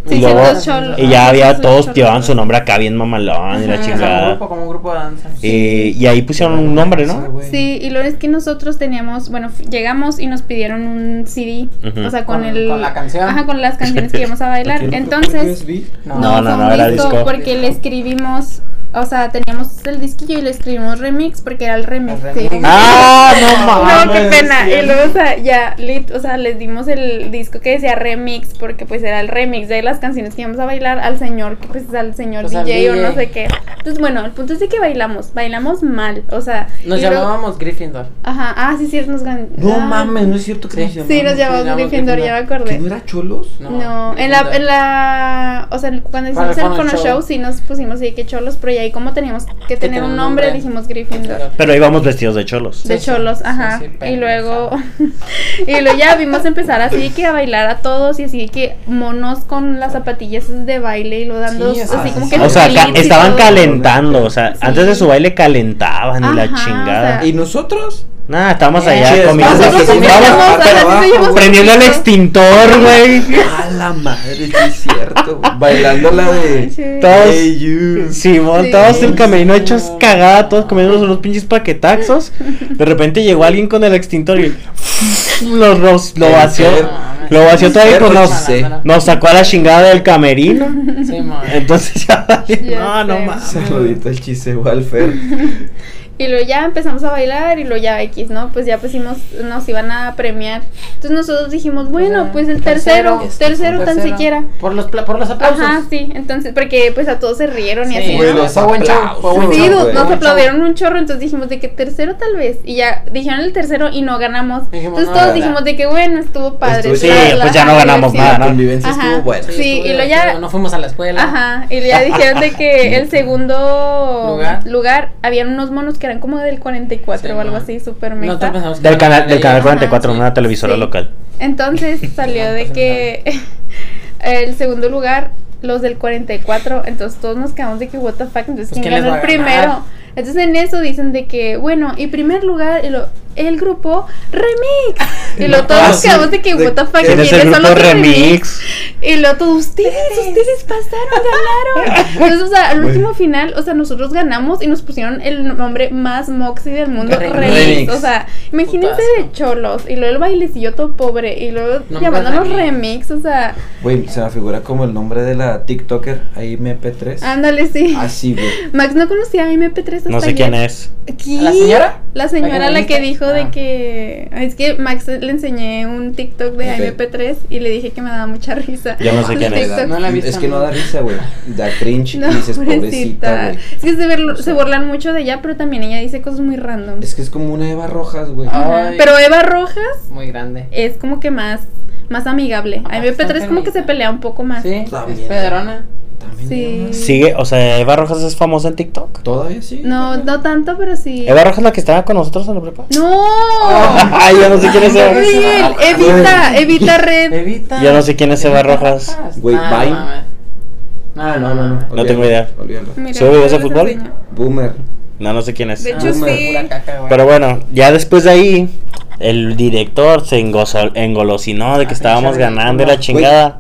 A: Y,
C: 608
A: luego-
C: cholos.
A: y ya había todos,
C: cholos.
A: llevaban su nombre acá bien mamalón y la
B: Como
C: Ajá.
B: un
A: chingada.
B: grupo, como un grupo de danza.
A: Eh, y ahí pusieron un nombre, ¿no?
C: Sí, y luego es que nosotros teníamos, bueno, f- llegamos y nos pidieron un CD,
A: Ujú.
C: o sea, con,
B: Con-
C: el...
B: con la canción.
C: Ajá, con las canciones que íbamos a bailar. Entonces, ah.
D: Sí,
A: No, no,
C: fue
A: no,
C: un
A: era disco.
C: Porque le escribimos, O sea, teníamos el disquillo y le escribimos remix porque era el remix.
B: El
C: de-
B: remix.
A: ¡Ah, no mames!
C: No, qué pena.
A: sí.
C: Y luego, o sea, ya, lit, o sea, les dimos el disco que decía remix, porque pues era el remix de las canciones que íbamos a bailar al señor, que pues al señor
B: Pues, al
C: DJ, o
B: DJ.
C: no sé qué. Entonces, bueno, el punto es de que bailamos, bailamos mal, o sea.
B: Nos
C: y luego-
B: llamábamos Gryffindor.
C: Ajá, ah, sí, sí, nos gan-
D: No
C: ah.
D: mames, no es cierto que
B: Sí.
D: nos llamamos.
C: Sí, nos
B: llamamos
C: llamamos Gryffindor, ya me
D: ¿Que
C: acordé.
D: no era cholos?
C: No, en la, en la, o sea, cuando
B: Para el
C: hicimos el
B: Cono
C: cono
B: Show.
C: show. sí nos pusimos así que cholos, pero ya ahí como teníamos que tener un nombre, dijimos Gryffindor.
A: Pero íbamos vestidos de cholos.
B: Sí,
C: de
B: sí,
C: cholos,
B: sí,
C: ajá.
B: sí,
C: y
B: pendeja.
C: luego y luego ya vimos empezar así que a bailar a todos y así que monos con las zapatillas de baile y lo dando
B: Sí, o sea,
C: así como
B: sí,
C: que
A: O sea, ca-
C: splits y
A: estaban
C: todo.
A: calentando. O sea, antes de su baile calentaban y la
C: Ajá, o
A: chingada.
C: sea,
D: ¿Y nosotros?
A: Nah, estábamos
D: Sí,
A: allá comiendo.
D: estábamos
C: Nosotros
D: comiendo.
A: Estábamos
C: comíamos, o sea,
D: Pero
C: nosotros
D: abajo,
C: llevamos un
A: Prendiendo el
C: poquito.
A: extintor, güey.
D: A la madre, sí es cierto. güey. Bailando la de.
C: Manches.
A: Todos-
D: Hey, you.
A: Simón,
C: Sí.
A: todos en camino hechos cagada, todos comiendo unos pinches paquetaxos. De repente llegó alguien con el extintor y lo, lo, lo vació. Lo vació todo y pues nos, nos sacó a la chingada del camerino.
B: Sí, man.
A: Entonces ya valió.
C: Ya
A: No, no
C: sé.
A: mames.
D: Saludito al chiseo al Fer.
C: Y luego ya empezamos a bailar y luego ya X, ¿no? Pues ya pusimos, nos iban a premiar. Entonces nosotros dijimos, bueno,
B: Ajá.
C: pues el tercero,
B: Tercero.
C: tercero, tan siquiera.
B: Por los, pla- por los aplausos.
C: Ajá, sí, entonces, porque pues a todos se rieron y
B: Sí,
C: así. ¿no?
B: Bueno,
D: Buenos
B: fue buen show,
D: aplausos,
B: fue buen
C: Sí,
B: Mucho,
C: nos-
D: güey.
C: nos
B: mucho.
C: aplaudieron un chorro, entonces dijimos de que tercero tal vez. Y ya dijeron el tercero y no ganamos.
B: Dijimos,
C: entonces
B: no,
C: todos
B: la-
C: dijimos de que bueno, estuvo padre.
D: Estuvo-
A: Sí,
C: la- la-
A: pues ya no
C: la
A: ganamos
C: diversión.
A: nada,
D: La
A: ¿no?
D: convivencia
C: Ajá.
D: estuvo buena.
C: Sí, y
B: estuvo
C: luego
B: divertido,
C: ya-
B: No fuimos a la escuela.
C: Ajá, y ya dijeron de que el segundo
B: Lugar.
C: lugar. habían unos monos que eran como del 44
B: Sí,
C: o algo
B: man.
C: así, súper mega.
B: Nosotros pensamos que
A: Del
B: era
A: canal, del
B: de
A: canal
B: ellos.
A: 44,
B: Ajá,
A: una
B: sí.
A: televisora
C: Sí.
A: local.
C: Entonces salió de que el segundo lugar, los del 44, entonces todos nos quedamos de que what the fuck, entonces
B: Pues,
C: quién
B: ¿quién les
C: ganó el
B: va a ganar?
C: primero. Entonces en eso dicen de que, bueno, y primer lugar, y lo- el grupo Remix. Y luego todos
D: Ah,
C: nos
D: sí,
C: quedamos de que
D: de-
C: what the fuck,
A: ¿Quién es el
C: son
A: grupo
C: los de
A: remix?
C: Y luego todos, ustedes, ustedes pasaron, ganaron. Entonces, o sea, al último final, o sea, nosotros ganamos y nos pusieron el nombre más moxie del mundo,
B: Remix.
C: Remix. O sea,
B: Puta
C: imagínense
B: asco.
C: de cholos y luego el bailecillo todo pobre y luego
B: No me
C: llamándonos
B: gusta.
C: remix, o sea,
D: Güey, se me figura como el nombre de la TikToker, ahí MP3.
C: ándale, Ah, sí.
D: Así, güey.
C: Max no conocía a MP3 hasta
A: No sé
C: ayer.
A: quién es.
C: ¿Qué?
B: ¿A la señora?
C: La señora la
B: ¿La
C: que
B: que Ah.
C: dijo de que es que Max le enseñé un TikTok de
D: Ok.
C: MP3 y le dije que me daba mucha risa.
A: Yo no sé
C: Sus
A: quién es.
C: TikToks.
B: No la he visto,
D: Es que no da
B: no.
D: risa, güey. Da cringe
C: No,
D: y dices, pobrecita,
C: pobrecita.
D: güey.
C: Es que se, ver-
D: sé.
C: se burlan mucho de ella, pero también ella dice cosas muy random.
D: Es que es como una Eva Rojas, güey.
B: Ah.
C: Ajá.
B: Ay.
C: Pero Eva Rojas
B: Muy grande.
C: es como que más más amigable.
B: Ah,
C: A MP3 como que
B: está
C: se pelea un poco más.
B: Sí,
D: También.
B: es pedrona.
D: También
C: Sí.
D: ella,
A: Sigue, o sea, Eva Rojas es famosa en TikTok.
D: ¿no? ¿Todavía sí?
C: No, no tanto, pero sí.
A: Eva Rojas es la que estaba con nosotros en la prepa.
C: ¡No!
A: Ay, yo no sé quién es Eva.
C: Gabriel, Oh. evita, evita red.
B: Evita.
A: Yo no sé quién es Eva Rojas. Ah,
D: Güey,
B: Ah,
D: Vine.
B: no mames. No, no, no.
A: No tengo idea.
D: Olvídalo.
C: Mira,
A: ¿Sube videos de
C: les
A: fútbol?
C: enseño.
D: Boomer.
A: No, no sé quién es.
C: De hecho,
B: Ah,
C: sí.
B: pura caca, güey.
A: Pero bueno, ya después de ahí, el director se engozó- engolosinó de que
B: Ah,
A: estábamos
B: pinche
A: ganando y la
B: ridículo.
A: chingada.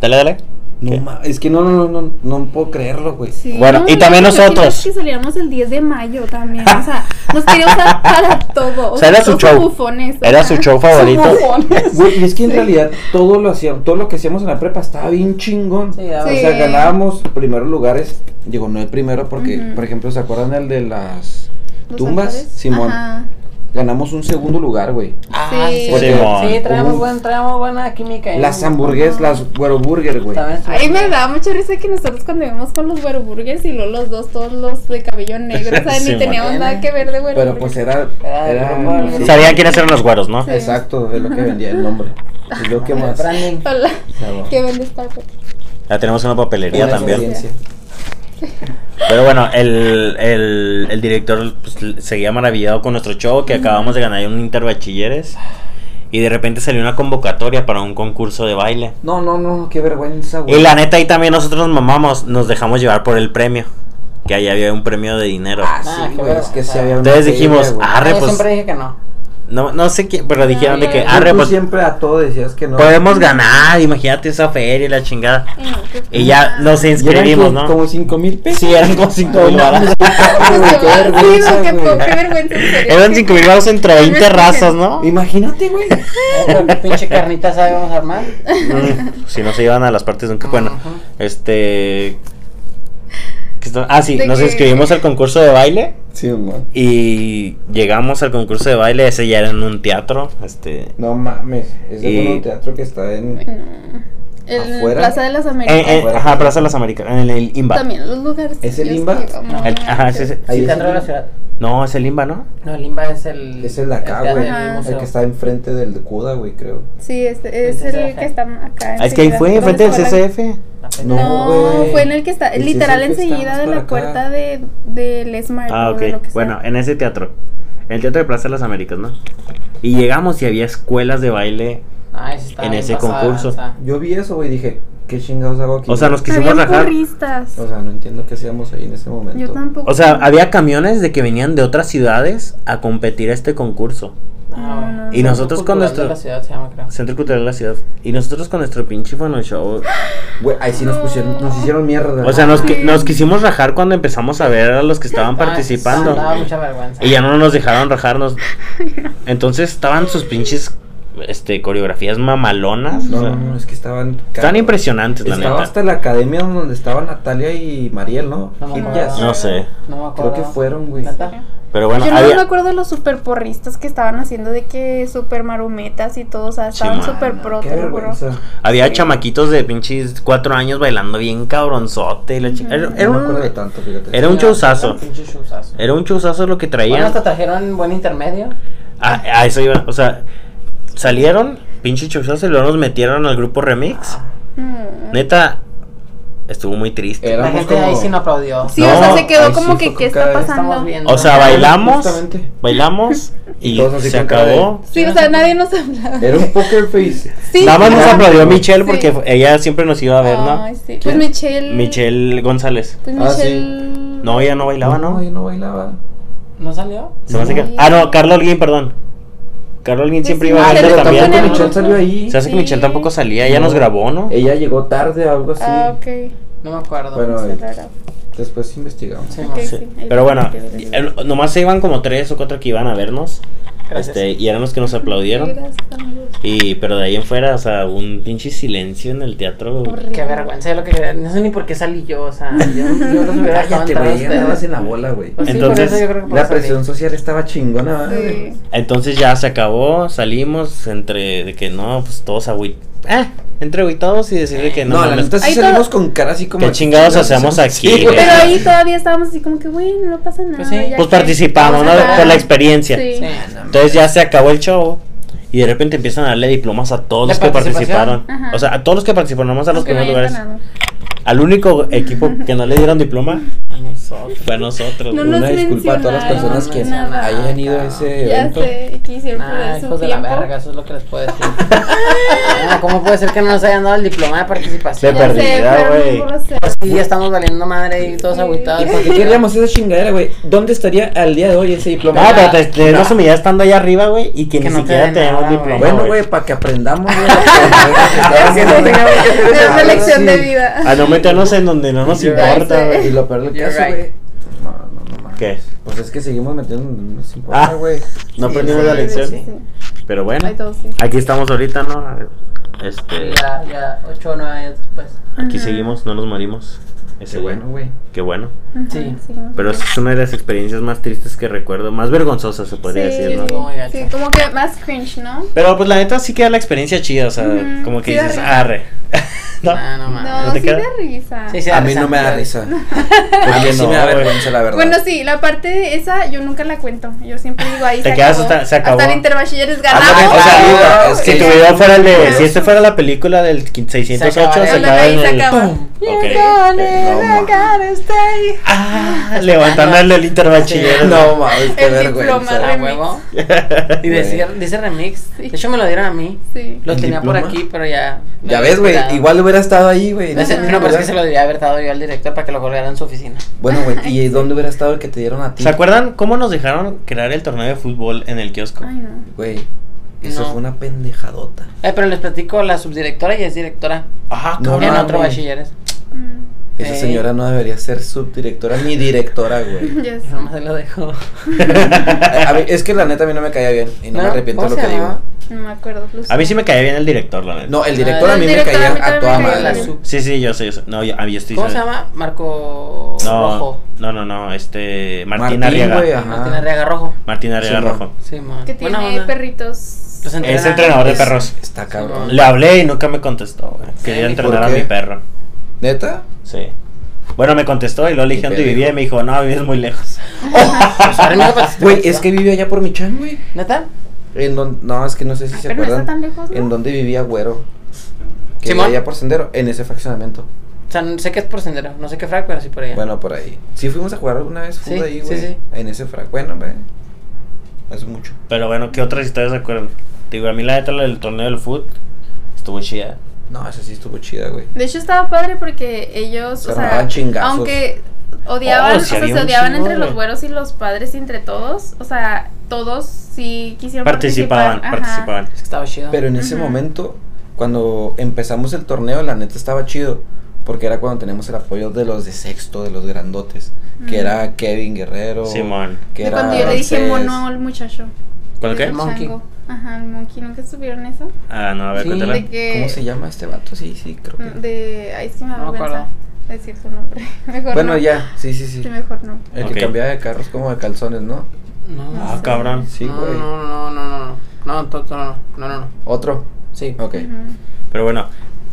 A: Dale, dale.
D: No,
A: ¿Qué?
D: ma- es que no, no, no, no, no puedo creerlo, güey.
C: Sí.
A: Bueno, y
C: no,
A: también
C: ¿te imaginas
A: nosotros?
C: que salíamos el 10 de mayo también. O sea, nos quería usar para todo.
A: O sea, era su
C: todos
A: show.
C: bufones, o
A: Era su
C: sea,
A: show favorito.
C: bufones.
D: Eh, Güey, y es que en realidad todo lo hacíamos, todo lo que hacíamos en la prepa estaba bien chingón.
B: Sí, daba.
D: O sea,
C: Sí.
D: ganábamos primeros lugares. Digo, no el primero porque,
C: Ujú.
D: por ejemplo, ¿se acuerdan el de las
C: Los
D: tumbas?
C: altares.
D: Simón.
C: Ajá.
D: Ganamos un segundo lugar, güey.
B: Ah,
C: Sí.
B: sí, sí,
A: Simón.
B: sí, traemos,
D: Uf.
B: buen, traemos buena química. ahí.
D: Las hamburguesas, las güero burger, güey.
B: También estuvo
C: Ahí me
B: bien.
C: daba mucha risa que nosotros cuando íbamos con los güeroburgers y luego los dos, todos los de cabello negro, o sea,
A: Sí,
C: ni teníamos
B: man.
C: nada que ver de
D: Pero pues
C: güeroburgers.
D: era.
B: Era el
D: era-
B: grupo del
D: sí.
B: grupo.
A: Sabían quiénes eran los güeros, ¿no?
C: Sí.
D: Exacto, es lo que vendía el nombre. Es lo que más.
B: Branding.
C: Hola,
D: Claro.
C: qué vende Starbucks.
A: Ya tenemos una papelería
D: Una
A: también.
D: experiencia.
A: Pero bueno, el, el, el director pues, seguía maravillado con nuestro show que acabamos de ganar un interbachilleres. Y de repente salió una convocatoria para un concurso de baile.
D: No, no, no, qué vergüenza,
A: Y
D: güey.
A: la neta ahí también nosotros nos mamamos, nos dejamos llevar por el premio. Que ahí había un premio de dinero.
D: Ah,
B: Ah,
D: sí,
B: qué
D: güey, es que
B: vergüenza.
D: sí había una
A: Entonces
D: feria,
A: dijimos,
D: güey.
A: arre,
B: Yo
A: pues.
B: siempre dije que no.
A: No, no sé quién, pero dijeron de que,
C: Ay,
A: arre,
D: tú
A: pues
D: siempre a todo decías que no.
A: podemos ganar, imagínate esa feria y la chingada.
C: Ah,
A: Y ya nos
D: Y eran
A: inscribimos,
D: como-
A: ¿no?
D: Como cinco mil pesos.
A: Sí, eran como 5 mil baros.
D: Ay, güey, qué vergüenza,
C: qué
D: güey.
C: poca vergüenza. en serio.
A: Eran 5 mil baros entre 20 razas, ¿no?
D: Imagínate, güey.
B: Pero qué pinche carnita sabemos armar.
A: Mm, si no se iban a las partes de un... Bueno,
B: Ajá.
A: este... que está- Ah, sí,
C: De
A: nos
C: que-
A: inscribimos al concurso de baile
D: Sí, man.
A: y llegamos al concurso de baile, ese ya era en un teatro, este...
D: No mames, es
A: Y-
D: de un teatro que está en.
C: No. El
D: Afuera.
C: Plaza de las
A: en-
C: Américas.
A: en- ajá, Plaza de las Américas, en el, IMBA.
C: También los lugares.
D: ¿Es el
C: Dios
D: Imba?
C: mío, mamá.
A: El- ajá, ese es-
D: Ahí
B: Sí,
D: es
B: Teatro de
D: el-
B: la Ciudad.
A: No, es el IMBA, ¿no?
B: No, el Imba es el.
D: Es el de acá,
B: teatro
D: güey.
B: del
C: Ajá.
B: museo.
D: El que está enfrente del CUDA, güey, creo.
C: Sí, este es
B: Ese es
C: el
B: el-
C: que está acá.
A: Ah, es que ahí
C: enseguida.
A: fue, enfrente del
C: ¿Dónde está la-
A: CCF.
D: No,
C: No,
D: güey.
C: fue en el que está,
D: El
C: literal
D: CCF está
C: enseguida
D: más
C: de
D: para
C: la
D: acá.
C: puerta de, del Smart.
A: Ah,
C: o de lo que
A: ok.
C: sea.
A: Bueno, en ese teatro. En el Teatro de Plaza de las Américas, ¿no? Y llegamos y había escuelas de baile.
B: Ah, ese está
A: En
B: bien
A: ese
B: pasada,
A: concurso.
B: o sea,
D: Yo vi eso, güey, y dije, ¿qué chingados hago aquí?
A: O sea, nos quisimos
C: Habían
A: rajar.
C: porristas.
D: O sea, no entiendo qué hacíamos ahí en ese momento.
C: Yo tampoco.
A: O sea, había camiones de que venían de otras ciudades a competir a este concurso.
B: ah, bueno.
C: No, no,
A: Y
C: no.
A: nosotros
B: Centro
A: con
B: Cultural
A: nuestro-
B: de la ciudad se llama, creo.
A: Centro Cultural de la Ciudad. Y nosotros con nuestro pinche Fono Show.
D: Güey, ahí sí nos pusieron, nos hicieron mierda.
A: O sea, nos, qui- nos quisimos rajar cuando empezamos a ver a los que estaban
B: Ah,
A: participando.
B: Daba mucha vergüenza.
A: Y ya no nos dejaron rajarnos. Entonces estaban sus pinches este, coreografías mamalonas. o
D: No,
A: sea,
D: no, no, es que estaban.
A: Están impresionantes, la
D: Estaba
A: neta.
D: hasta la academia donde estaban Natalia y Mariel, ¿no?
B: No me
D: Hip
B: acuerdo.
D: Jazz.
A: No sé.
B: No me acuerdo.
D: Creo que fueron, güey.
B: ¿Neta?
A: Pero bueno,
C: Yo no
A: había-
C: me acuerdo de los super porristas que estaban haciendo de que super marumetas y todo, o sea, estaban
A: Simón.
C: super pro,
D: Qué
C: te lo juro.
D: vergüenza.
A: Había chamaquitos de pinches cuatro años bailando bien cabronzote. la chi- era, era
D: no me acuerdo de
A: un,
D: tanto, fíjate.
A: era un
B: Mira,
A: showzazo. Eh,
B: un pinche showzazo.
A: Era un chuzazo lo que
B: Bueno,
A: traían.
B: hasta trajeron buen intermedio.
A: A, a eso iba. O sea, salieron, pinche chuzazo, y luego nos metieron al grupo remix.
C: Mm.
A: Neta, estuvo muy triste.
B: La
D: Éramos
B: gente ahí
D: como-
B: sí no aplaudió.
C: Sí,
A: No,
C: o sea, se quedó
D: ahí
C: como
D: sí
C: que, ¿qué
D: fue con
C: está
D: cara de-
C: pasando?
B: Estamos viendo.
A: O sea, bailamos,
D: Justamente.
A: bailamos y
D: todos así
A: se
D: con cara de-
A: acabó.
C: Sí, o sea, nadie nos hablaba.
D: Era un poker face.
C: Sí.
A: Nada más nos aplaudió Michelle
C: Sí.
A: porque ella siempre nos iba a ver, ¿no?
C: Ay, sí. Pues Michelle.
A: Michelle González.
C: Pues
D: Ah, sí.
C: Michelle.
A: No, ella no bailaba, ¿no?
D: yo no bailaba.
B: ¿No salió?
A: Se me hace que-
C: Sí.
A: Ah, no, Carlos Alguín, perdón. Carlos Alguín
C: Pues
A: siempre
C: sí,
A: iba
C: no,
A: a
C: pero
A: bailar
C: tampoco
A: también.
C: en el
D: Michelle salió ahí.
A: Se hace que
C: Sí.
A: Michelle tampoco salía, ella nos grabó, ¿no?
D: Ella llegó tarde o algo así.
C: Ah, ok.
B: No me acuerdo.
D: Bueno,
C: Eso
D: eh,
C: es raro.
D: después investigamos.
B: Sí,
C: ok,
B: no.
C: sí,
A: Sí.
C: ahí
A: Pero bueno,
C: está, quedó bien.
A: eh, nomás se iban como tres o cuatro que iban a vernos.
B: Gracias.
A: Este, y eran los que nos aplaudieron.
C: Gracias, amigos.
A: Y pero de ahí en fuera, o sea, un pinche silencio en el teatro.
C: Horrible.
B: Qué vergüenza es lo que No sé ni por qué salí yo, o sea, yo, yo los hubiera dejado
D: Cállate,
B: entrar a
D: güey. Ya andabas
B: ustedes.
D: en la bola, güey.
B: Pues sí, por
A: Entonces,
B: eso yo creo que por
D: La
B: eso salí.
D: presión social estaba chingona, ¿verdad?
C: Sí.
A: Entonces ya se acabó, salimos entre de que no, pues todos agüit. Ah, entre agüitados y decir de que no,
D: No, la
A: mames,
D: neta sí
C: Ahí todo-
D: salimos con cara así como.
A: ¿Qué chingados hacemos aquí, güey?
C: Pero ahí todavía estábamos así como que, bueno, no pasa nada.
B: Pues sí.
C: ya
A: pues
C: que-
A: participamos, ¿no?
C: vamos a-
A: Por la experiencia.
C: Sí.
B: Sí.
A: Entonces ya se acabó el show y de repente empiezan a darle diplomas a todos
B: ¿De
A: los que
B: participación?
A: participaron.
C: Ajá.
A: O sea, a todos los que participaron, nomás a los
C: Aunque no
A: primeros
C: hayan
A: lugares.
C: ganado.
A: Al único equipo que no le dieron diploma
B: Nosotros.
A: fue a nosotros.
C: No
A: güey.
C: nos
D: Una disculpa a todas las
C: mencionaron
D: personas que
C: nada.
D: hayan ido a ese
C: Ya
D: evento.
C: sé, que hicieron
B: Ah,
C: perder su
B: hijos de la
C: tiempo.
B: verga, eso es lo que les puedo decir. Ah, ¿Cómo puede ser que no nos hayan dado el diploma de participación?
A: De
C: Ya sé,
A: perdida,
C: fueron
A: güey.
C: muy groseros.
B: Sí, ya estamos valiendo madre y todos
C: Sí.
B: agüitados.
D: ¿Por qué queríamos esa chingadera, güey? ¿Dónde estaría al día de hoy ese diploma?
A: No, pero te, te
D: No.
A: nos humillaba estando allá arriba, güey, y que,
B: Que
A: ni
B: no te
A: siquiera
B: den
A: te dieron
B: nada,
A: diploma.
D: Bueno,
A: güey.
D: Ah, güey, para que aprendamos, güey.
A: Pues
D: Para que
B: no tengamos que hacer
C: Es una
B: Ahora
C: lección de vida.
A: A Ah, no meternos en donde no nos
D: Ya
A: importa,
C: sé.
A: güey.
D: Y lo peor del
B: You're
D: caso,
B: right.
D: güey. No, no, no, no.
A: ¿Qué?
D: Pues es que seguimos metiendo en unos
A: Ah.
D: 50, güey.
A: No
C: Sí,
A: aprendimos
C: sí,
A: la
C: sí,
A: lección.
C: sí.
A: Pero bueno,
C: Ay, todo sí.
A: aquí estamos ahorita, ¿no? Este,
B: Ya, ya, ocho o nueve años después.
A: aquí
C: Ajá.
A: seguimos, no nos morimos. Ese
D: Qué bueno, güey.
A: Qué bueno.
C: Ajá,
B: Sí.
A: Pero esa es una de las experiencias más tristes que recuerdo, más vergonzosas se podría
C: sí,
A: decir, ¿no?
B: Estuvo muy gacho.
C: sí, como que más cringe, ¿no?
A: Pero pues la neta sí queda la experiencia chida, o sea,
C: Ujú,
A: como que
C: sí da
A: dices,
C: risa.
A: arre. ¿No?
B: Ah, no mames.
C: No,
A: ¿No te
C: sí
A: queda?
C: da risa.
B: Sí, sí,
D: A mí no me da risa. A mí sí
A: no,
D: me da
A: güey?
D: vergüenza, la verdad.
C: Bueno, sí, la parte de esa yo nunca la cuento. Yo siempre digo ahí
A: Te
C: se
A: quedas
C: acabó.
A: hasta- se acabó.
C: Hasta el interbachilleres
A: Ah,
C: ganamos.
A: o sea,
D: Es
A: si tu
D: que-
A: video fuera el de, si este fuera la película del 608,
B: Se
A: se
C: acaba,
A: acaba en
C: ahí se
A: el...
C: acaba.
A: ¡Pum! Ok.
D: No, mames.
A: Ah, levantando el del interbachiller.
D: No, mames, qué
C: El
D: vergüenza.
C: diploma.
B: A huevo. Y decir, dice remix.
C: Sí.
B: De hecho, me lo dieron a mí.
C: Sí.
B: Lo
D: ¿El
B: tenía por
D: diploma?
B: aquí, pero ya.
D: Ya ves, güey, igual hubiera estado ahí, güey.
B: No, sé, no, pero es que se lo debería haber dado yo al director para que lo colgara en su oficina.
D: Bueno, güey, ¿y dónde hubiera estado el que te dieron a ti?
A: ¿Se acuerdan cómo nos dejaron crear el torneo de fútbol en el kiosco?
C: Ay, no.
D: Güey, eso
B: No.
D: fue una pendejadota.
B: Eh, pero les platico, la subdirectora ya es directora.
A: Ajá,
D: No,
A: cabrón.
B: en otro
D: mames.
B: bachilleres.
C: Mm.
D: Esa
B: Ey.
D: señora no debería ser subdirectora ni directora, güey.
C: Ya sé.
B: Nada más se lo dejo.
D: A, a mí, es que la neta a mí no me caía bien y no, me arrepiento de lo
B: ¿cómo
D: que
B: se
D: digo.
B: llamaba?
C: No me acuerdo. Lucía.
A: A mí sí me caía bien el director, la neta.
D: No, el director
B: Ah,
D: a mí
C: el
D: me
C: director a
D: caía
C: mí
D: a
C: también
D: toda
C: me caía
D: madre.
B: bien.
D: güey.
A: Sí, sí, yo sé, yo sé. No, yo, a mí yo estoy
B: ¿Cómo se
A: sabe-
B: llama? Marco
A: No,
B: Rojo.
A: no, no, no, este. Martín,
D: Martín,
A: Arriaga.
D: güey, ajá.
B: Martín Arriaga Rojo.
A: Martín Arriaga
D: Sí, no.
A: Rojo.
B: Sí, man.
C: Que
B: Buena
C: tiene
B: onda.
C: perritos.
B: Los
A: Es
B: entrena-
A: entrenador de
B: es-
A: perros.
D: Está cabrón.
A: Le hablé y nunca me contestó, güey. Quería
B: ¿por
A: entrenar a
D: qué?
A: mi perro.
D: ¿Neta?
A: Sí. Bueno, me contestó y luego le dije
D: ¿Y qué
A: dónde vivía y me dijo, no, vives muy lejos.
B: Pues, arremanga para
D: Güey, es que vive allá por Michán, güey.
B: ¿Neta?
D: En don- No, es que no sé si
C: Ay,
D: se
C: Ah, pero no está
D: acuerdan.
C: tan lejos, ¿no?
D: En donde vivía Güero. Que
B: Simón.
D: allá por Sendero, en ese fraccionamiento.
B: O sea, no sé qué es por sendero. No sé qué frac, pero sí por allá.
D: Bueno, por ahí. Sí fuimos a jugar alguna vez fútbol
B: Sí,
D: ahí,
B: sí,
D: güey.
B: sí.
D: En ese frac. Bueno, güey. Hace mucho.
A: Pero bueno, ¿qué otras historias se acuerdan? Digo, a mí la neta la del torneo del fútbol estuvo chida.
D: No, esa sí estuvo chida, güey.
C: De hecho estaba padre porque ellos,
D: Se
C: o sea,
D: armaban chingazos.
C: aunque odiaban,
A: Oh,
C: o
A: sí
C: sea,
A: había
C: se
A: un
C: odiaban
A: chingo,
C: entre los
A: güey.
C: güeros y los padres y entre todos, o sea, todos sí quisieron
A: Participaban,
C: participar. ajá.
A: participaban.
B: Es que estaba chido.
D: Pero en ese
C: Ujú.
D: momento, cuando empezamos el torneo, la neta estaba chido. Porque era cuando teníamos el apoyo de los de sexto, de los grandotes.
C: Mm.
D: Que era Kevin Guerrero.
A: Simón.
D: Que
C: De
D: era
C: cuando yo le dije
D: Ramsés.
C: mono al muchacho.
A: ¿Cuál qué?
C: El
B: Monkey.
C: chango. Ajá, el monkey, ¿nunca supieron eso?
A: Ah, no, a ver,
B: Sí,
A: cuéntala.
C: De que
D: ¿Cómo se llama este vato? Sí, sí, creo que.
C: de ay, sí me da
B: No me
C: vergüenza
B: acuerdo.
C: decir su nombre. Mejor
D: Bueno,
C: no.
D: ya. Sí, sí, sí.
C: Sí, mejor no.
D: El
A: Ok.
D: que cambiaba de carros como de calzones, ¿no?
B: No.
A: Ah, cabrón.
D: Sí,
B: no,
D: güey.
B: no, no, no, no, no, no, no, no, no, no, no,
D: Otro.
B: sí.
D: Ok.
C: Ujú.
A: Pero bueno,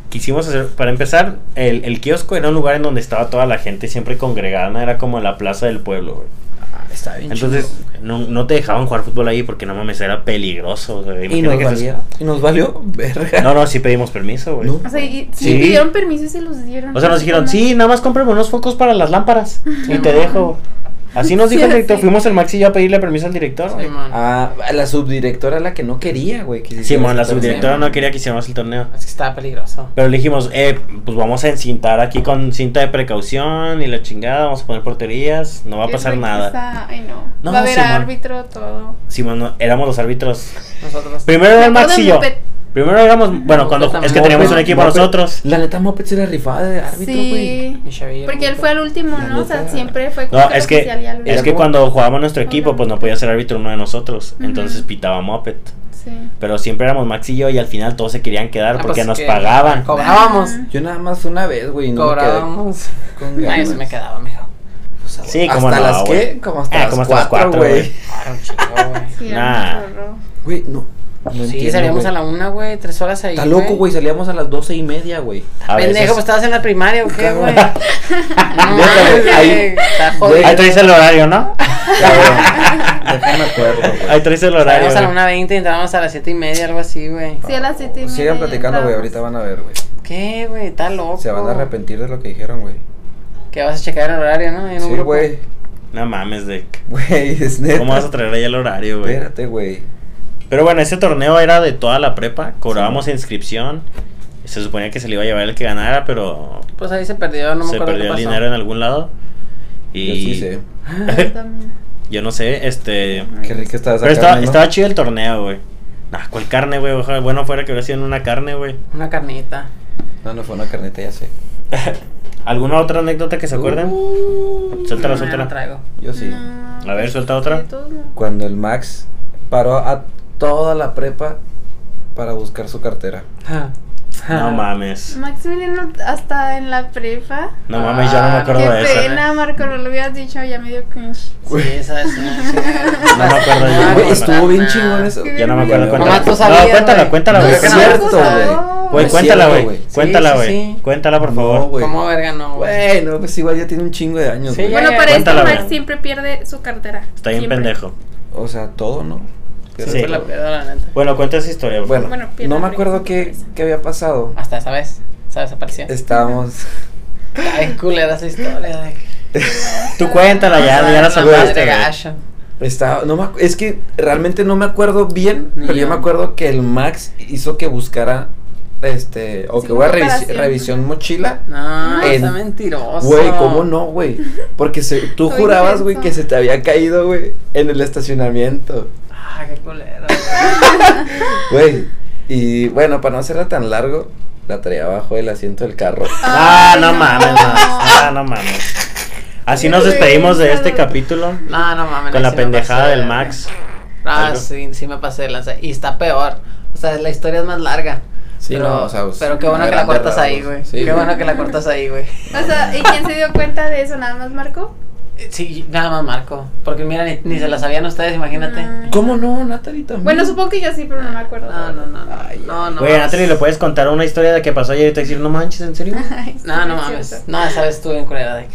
A: quisimos hacer, para empezar, el, el kiosco era un lugar en donde estaba toda la gente siempre congregada, ¿no? era como la plaza del pueblo, güey.
D: Ah, está bien.
A: Entonces, no, no te dejaban jugar fútbol ahí porque no mames, era peligroso. güey.
D: chido. Y
A: Imagina
D: nos
A: que estás-
D: valía. Y nos valió verga.
A: No, no, sí pedimos permiso, güey.
D: No.
C: O sea, y, sí.
A: Sí.
C: pidieron permiso y se los dieron.
A: O sea, nos dijeron, sí, nada más cómprame unos focos para las lámparas y te dejo. Así nos dijo
C: Sí,
A: el director.
C: sí.
A: Fuimos el Maxi y yo a pedirle permiso al director.
B: Sí,
A: güey.
B: man.
D: Ah, la subdirectora la que no quería, güey. que se
A: Simón, la
D: hiciera ese
A: subdirectora
D: torneo.
A: no quería que hiciéramos el torneo.
B: Es que estaba peligroso.
A: Pero le dijimos, eh, pues vamos a encintar aquí con cinta de precaución y la chingada, vamos a poner porterías, no va a pasar nada.
C: Ay, no.
A: No,
C: Va a haber
A: Simón.
C: árbitro, todo.
A: Simón, no, éramos los árbitros.
B: Nosotros.
A: Primero era el
C: Me acuerdo
A: Maxi y
C: de
A: yo.
C: Moped.
A: Primero éramos, bueno,
B: Moped
A: cuando es que
B: también.
A: teníamos
B: Moped,
A: un equipo
D: Moped.
A: nosotros.
D: La neta Moped se la rifaba de árbitro, güey.
C: sí.
B: Y Xavier,
C: Porque él
B: güey.
C: fue el último, ¿no? O sea,
D: neta.
C: siempre fue como
A: No,
C: que
A: es
C: el oficial y
A: que
C: al
A: es
C: último.
A: que cuando jugábamos nuestro equipo,
C: Hola.
A: pues no podía ser árbitro uno de nosotros,
C: Ujú.
A: entonces pitaba Moped.
C: Sí.
A: Pero siempre éramos Maxi y yo y al final todos se querían quedar
B: Ah,
A: porque
B: pues
A: nos
B: que
A: pagaban.
B: Cobrábamos.
C: Ah.
D: Yo nada más una vez, güey. y No me quedé
B: Cobrábamos.
D: con
B: Ay,
D: ganas.
B: se me quedaba, mijo.
D: O sea,
A: Sí, cómo
D: ¿Hasta
A: no,
D: las
A: güey.
D: qué? Como hasta,
A: Ah,
D: las,
A: como hasta las
D: cuatro,
A: cuatro,
D: güey.
A: güey.
B: Ah, era un chingo, güey.
C: Sí, era
A: Nah.
C: un chorro.
D: Güey, no. no
B: Sí,
D: entiendo,
B: salíamos
D: güey.
B: a la una, güey, tres horas ahí.
D: Está loco, güey. Salíamos a las doce y media, güey.
A: A veces.
B: Pendejo, pues Ah, estabas en la primaria o qué, güey. No,
D: Déjame,
B: güey,
D: ahí-
B: Está
A: Ahí
B: jodido.
A: traes el horario, ¿no?
D: Déjame acuerdo, güey.
A: Ahí traes el horario.
B: Salíamos a la
A: güey.
B: 1.20 y entrábamos a las 7 y media, algo así, güey.
C: Sí, a las siete y media
D: Pues Sigan platicando, güey.
C: entramos.
D: Ahorita van a ver, güey.
B: ¿Qué, güey? Está loco.
D: Se van a arrepentir de lo que dijeron, güey.
B: Que vas a checar el horario, ¿no? En un
D: Sí,
B: grupo.
D: güey.
A: No mames, de
D: Güey, es neta.
A: ¿Cómo vas a traer ahí el horario, güey?
D: Espérate, güey.
A: Pero bueno, ese torneo era de toda la prepa, cobrábamos inscripción. Se suponía que se le iba a llevar el que ganara, pero
B: Pues ahí se perdió, no me
A: se
B: acuerdo qué
A: perdió el
B: pasó.
A: dinero en algún lado. Y
D: Yo sí sé.
C: Yo también.
A: yo no sé, este.
D: Qué rica estaba esa
A: Pero estaba,
D: carne, ¿no?
A: estaba chido el torneo, güey. Nah, ¿cuál carne, güey? Ojalá- Bueno, fuera que hubiera sido en una carne, güey.
B: Una carnita.
D: No, no fue una carneta, ya sé.
A: ¿Alguna otra anécdota que se acuerdan?
D: Uh.
A: suéltala,
B: No, ya no
A: suéltala.
B: traigo.
D: Yo sí.
C: No,
A: A ver, suelta
C: pues,
A: otra.
C: de todos modos.
D: Cuando el Max paró a toda la prepa para buscar su cartera.
A: No mames.
C: Maximiliano hasta en la prepa.
A: No mames, yo no me
B: Ah,
A: acuerdo
C: Qué
A: de eso.
C: pena, Marco, no lo hubieras dicho, ya me dio cringe.
B: Sí, esa es una.
A: No me acuerdo yo.
B: Ah,
D: Güey,
A: no,
D: estuvo
B: no,
D: bien
B: no.
D: chingón eso.
A: Ya no me acuerdo.
D: Mamá,
A: Cuéntala.
B: tú sabías,
A: no, cuéntala,
B: güey.
A: cuéntala,
D: No
A: güey.
D: es
C: No,
D: cierto,
A: Güey,
D: güey. No es
A: cuéntala,
D: cierto,
A: güey.
B: Sí,
A: Cuéntala,
B: sí,
A: güey.
B: sí.
A: Cuéntala, por favor.
D: No, güey.
B: ¿Cómo verga no, güey?
D: Güey, no, pues igual ya tiene un chingo de años,
B: Sí,
D: güey.
B: ya-
C: Bueno, para esto
A: Cuéntala,
C: Max
A: güey.
C: siempre pierde su cartera.
A: Está bien
C: Siempre.
A: pendejo.
D: O sea, todo, ¿no?
A: Sí.
B: Fue la pedo, la neta.
A: Bueno, cuenta esa historia. Bueno.
D: Bueno,
C: Bueno, pierna
D: no me
C: recta,
D: acuerdo qué,
C: cabeza.
D: qué había pasado.
B: Hasta esa vez. Esa desapareció.
D: Estábamos.
B: Ay, culera esa historia. güey.
A: Tú cuéntala ya, ya la
B: Una
A: soltaste.
B: madre
A: güey.
B: gacho.
D: Estaba, no me acu- es que realmente no me acuerdo bien,
B: Ni
D: pero yo
B: yo.
D: me acuerdo que el Max hizo que buscara, este, o
C: Sí,
D: que hubiera
C: una
D: revis-
C: operación.
D: revisión mochila.
B: No,
D: El-
B: está mentiroso.
D: Güey, ¿cómo no, güey? Porque se- tú
C: Estoy
D: jurabas, güey,
C: intenso.
D: que se te había caído, güey, en el estacionamiento.
B: Ah, qué culero.
D: Güey, y bueno, para no hacerla tan largo,
E: La traía abajo del asiento del carro.
A: Ah,
C: Ay,
A: no,
C: no.
A: mames, no. Ah, no mames. Así nos
C: Qué
A: despedimos de
C: vergüenza,
A: este
C: no.
A: capítulo
B: No, no mames.
A: con la
B: sí me
A: pendejada
B: pasé de
A: del
B: verga.
A: Max.
B: Ah,
A: Algo.
B: sí, sí me pasé de lanza. Y está peor. O sea, la historia es más larga.
E: Sí,
B: pero,
E: no, o sea, pues,
B: pero qué bueno
E: a
B: que la
E: grandes
B: cortas ahí,
E: rasgos.
B: güey.
E: Sí,
B: qué
E: güey.
B: bueno que la cortas ahí, güey.
C: O sea, ¿y quién se dio cuenta de eso? ¿Nada más Marco?
B: Sí, nada más Marco. Porque mira, ni, ni se la sabían ustedes, imagínate.
C: Ay.
E: ¿Cómo no, Natalie también?
C: Bueno, supongo que yo sí, pero no me acuerdo.
B: No, no, no. No,
E: Ay,
B: no. no
A: Güey,
B: mames.
A: Natalie, ¿le puedes contar una historia de que pasó ayer y te decir, no manches, en serio?
C: Ay, sí,
B: No, no
C: es
B: mames.
C: cierto.
B: No, esa vez estuve en culera de.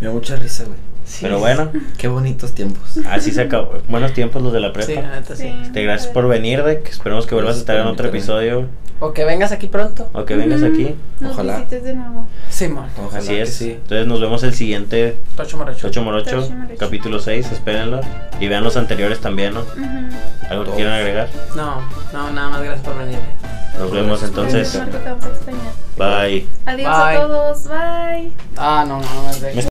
E: Me da mucha risa, güey.
B: Sí.
A: Pero bueno,
E: Qué bonitos tiempos.
A: así se acabó. Buenos tiempos los de la
B: Sí,
A: prepa.
B: la neta, sí.
C: Sí.
A: Este, gracias por venir, Rick. Esperemos que vuelvas a estar en otro episodio
B: O que vengas aquí pronto.
A: o que vengas aquí.
C: Nos
E: Ojalá.
C: visites de nuevo.
B: Simón.
E: Ojalá
A: Así
E: que
A: es.
E: sí.
A: Entonces nos vemos el siguiente
B: Tocho morocho.
A: Chocho Morocho,
C: Chocho Morocho.
A: capítulo 6. Espérenlo. Y vean los anteriores también, ¿no?
C: Ujú.
A: ¿Algo que
E: Todos.
A: quieran agregar?
B: No, no, nada más gracias por venir.
A: Nos vemos entonces.
C: Marco, te vamos a extrañar.
A: Bye.
C: Adiós
B: Bye.
C: a todos. Bye.
B: Ah, no, no, no.
A: Me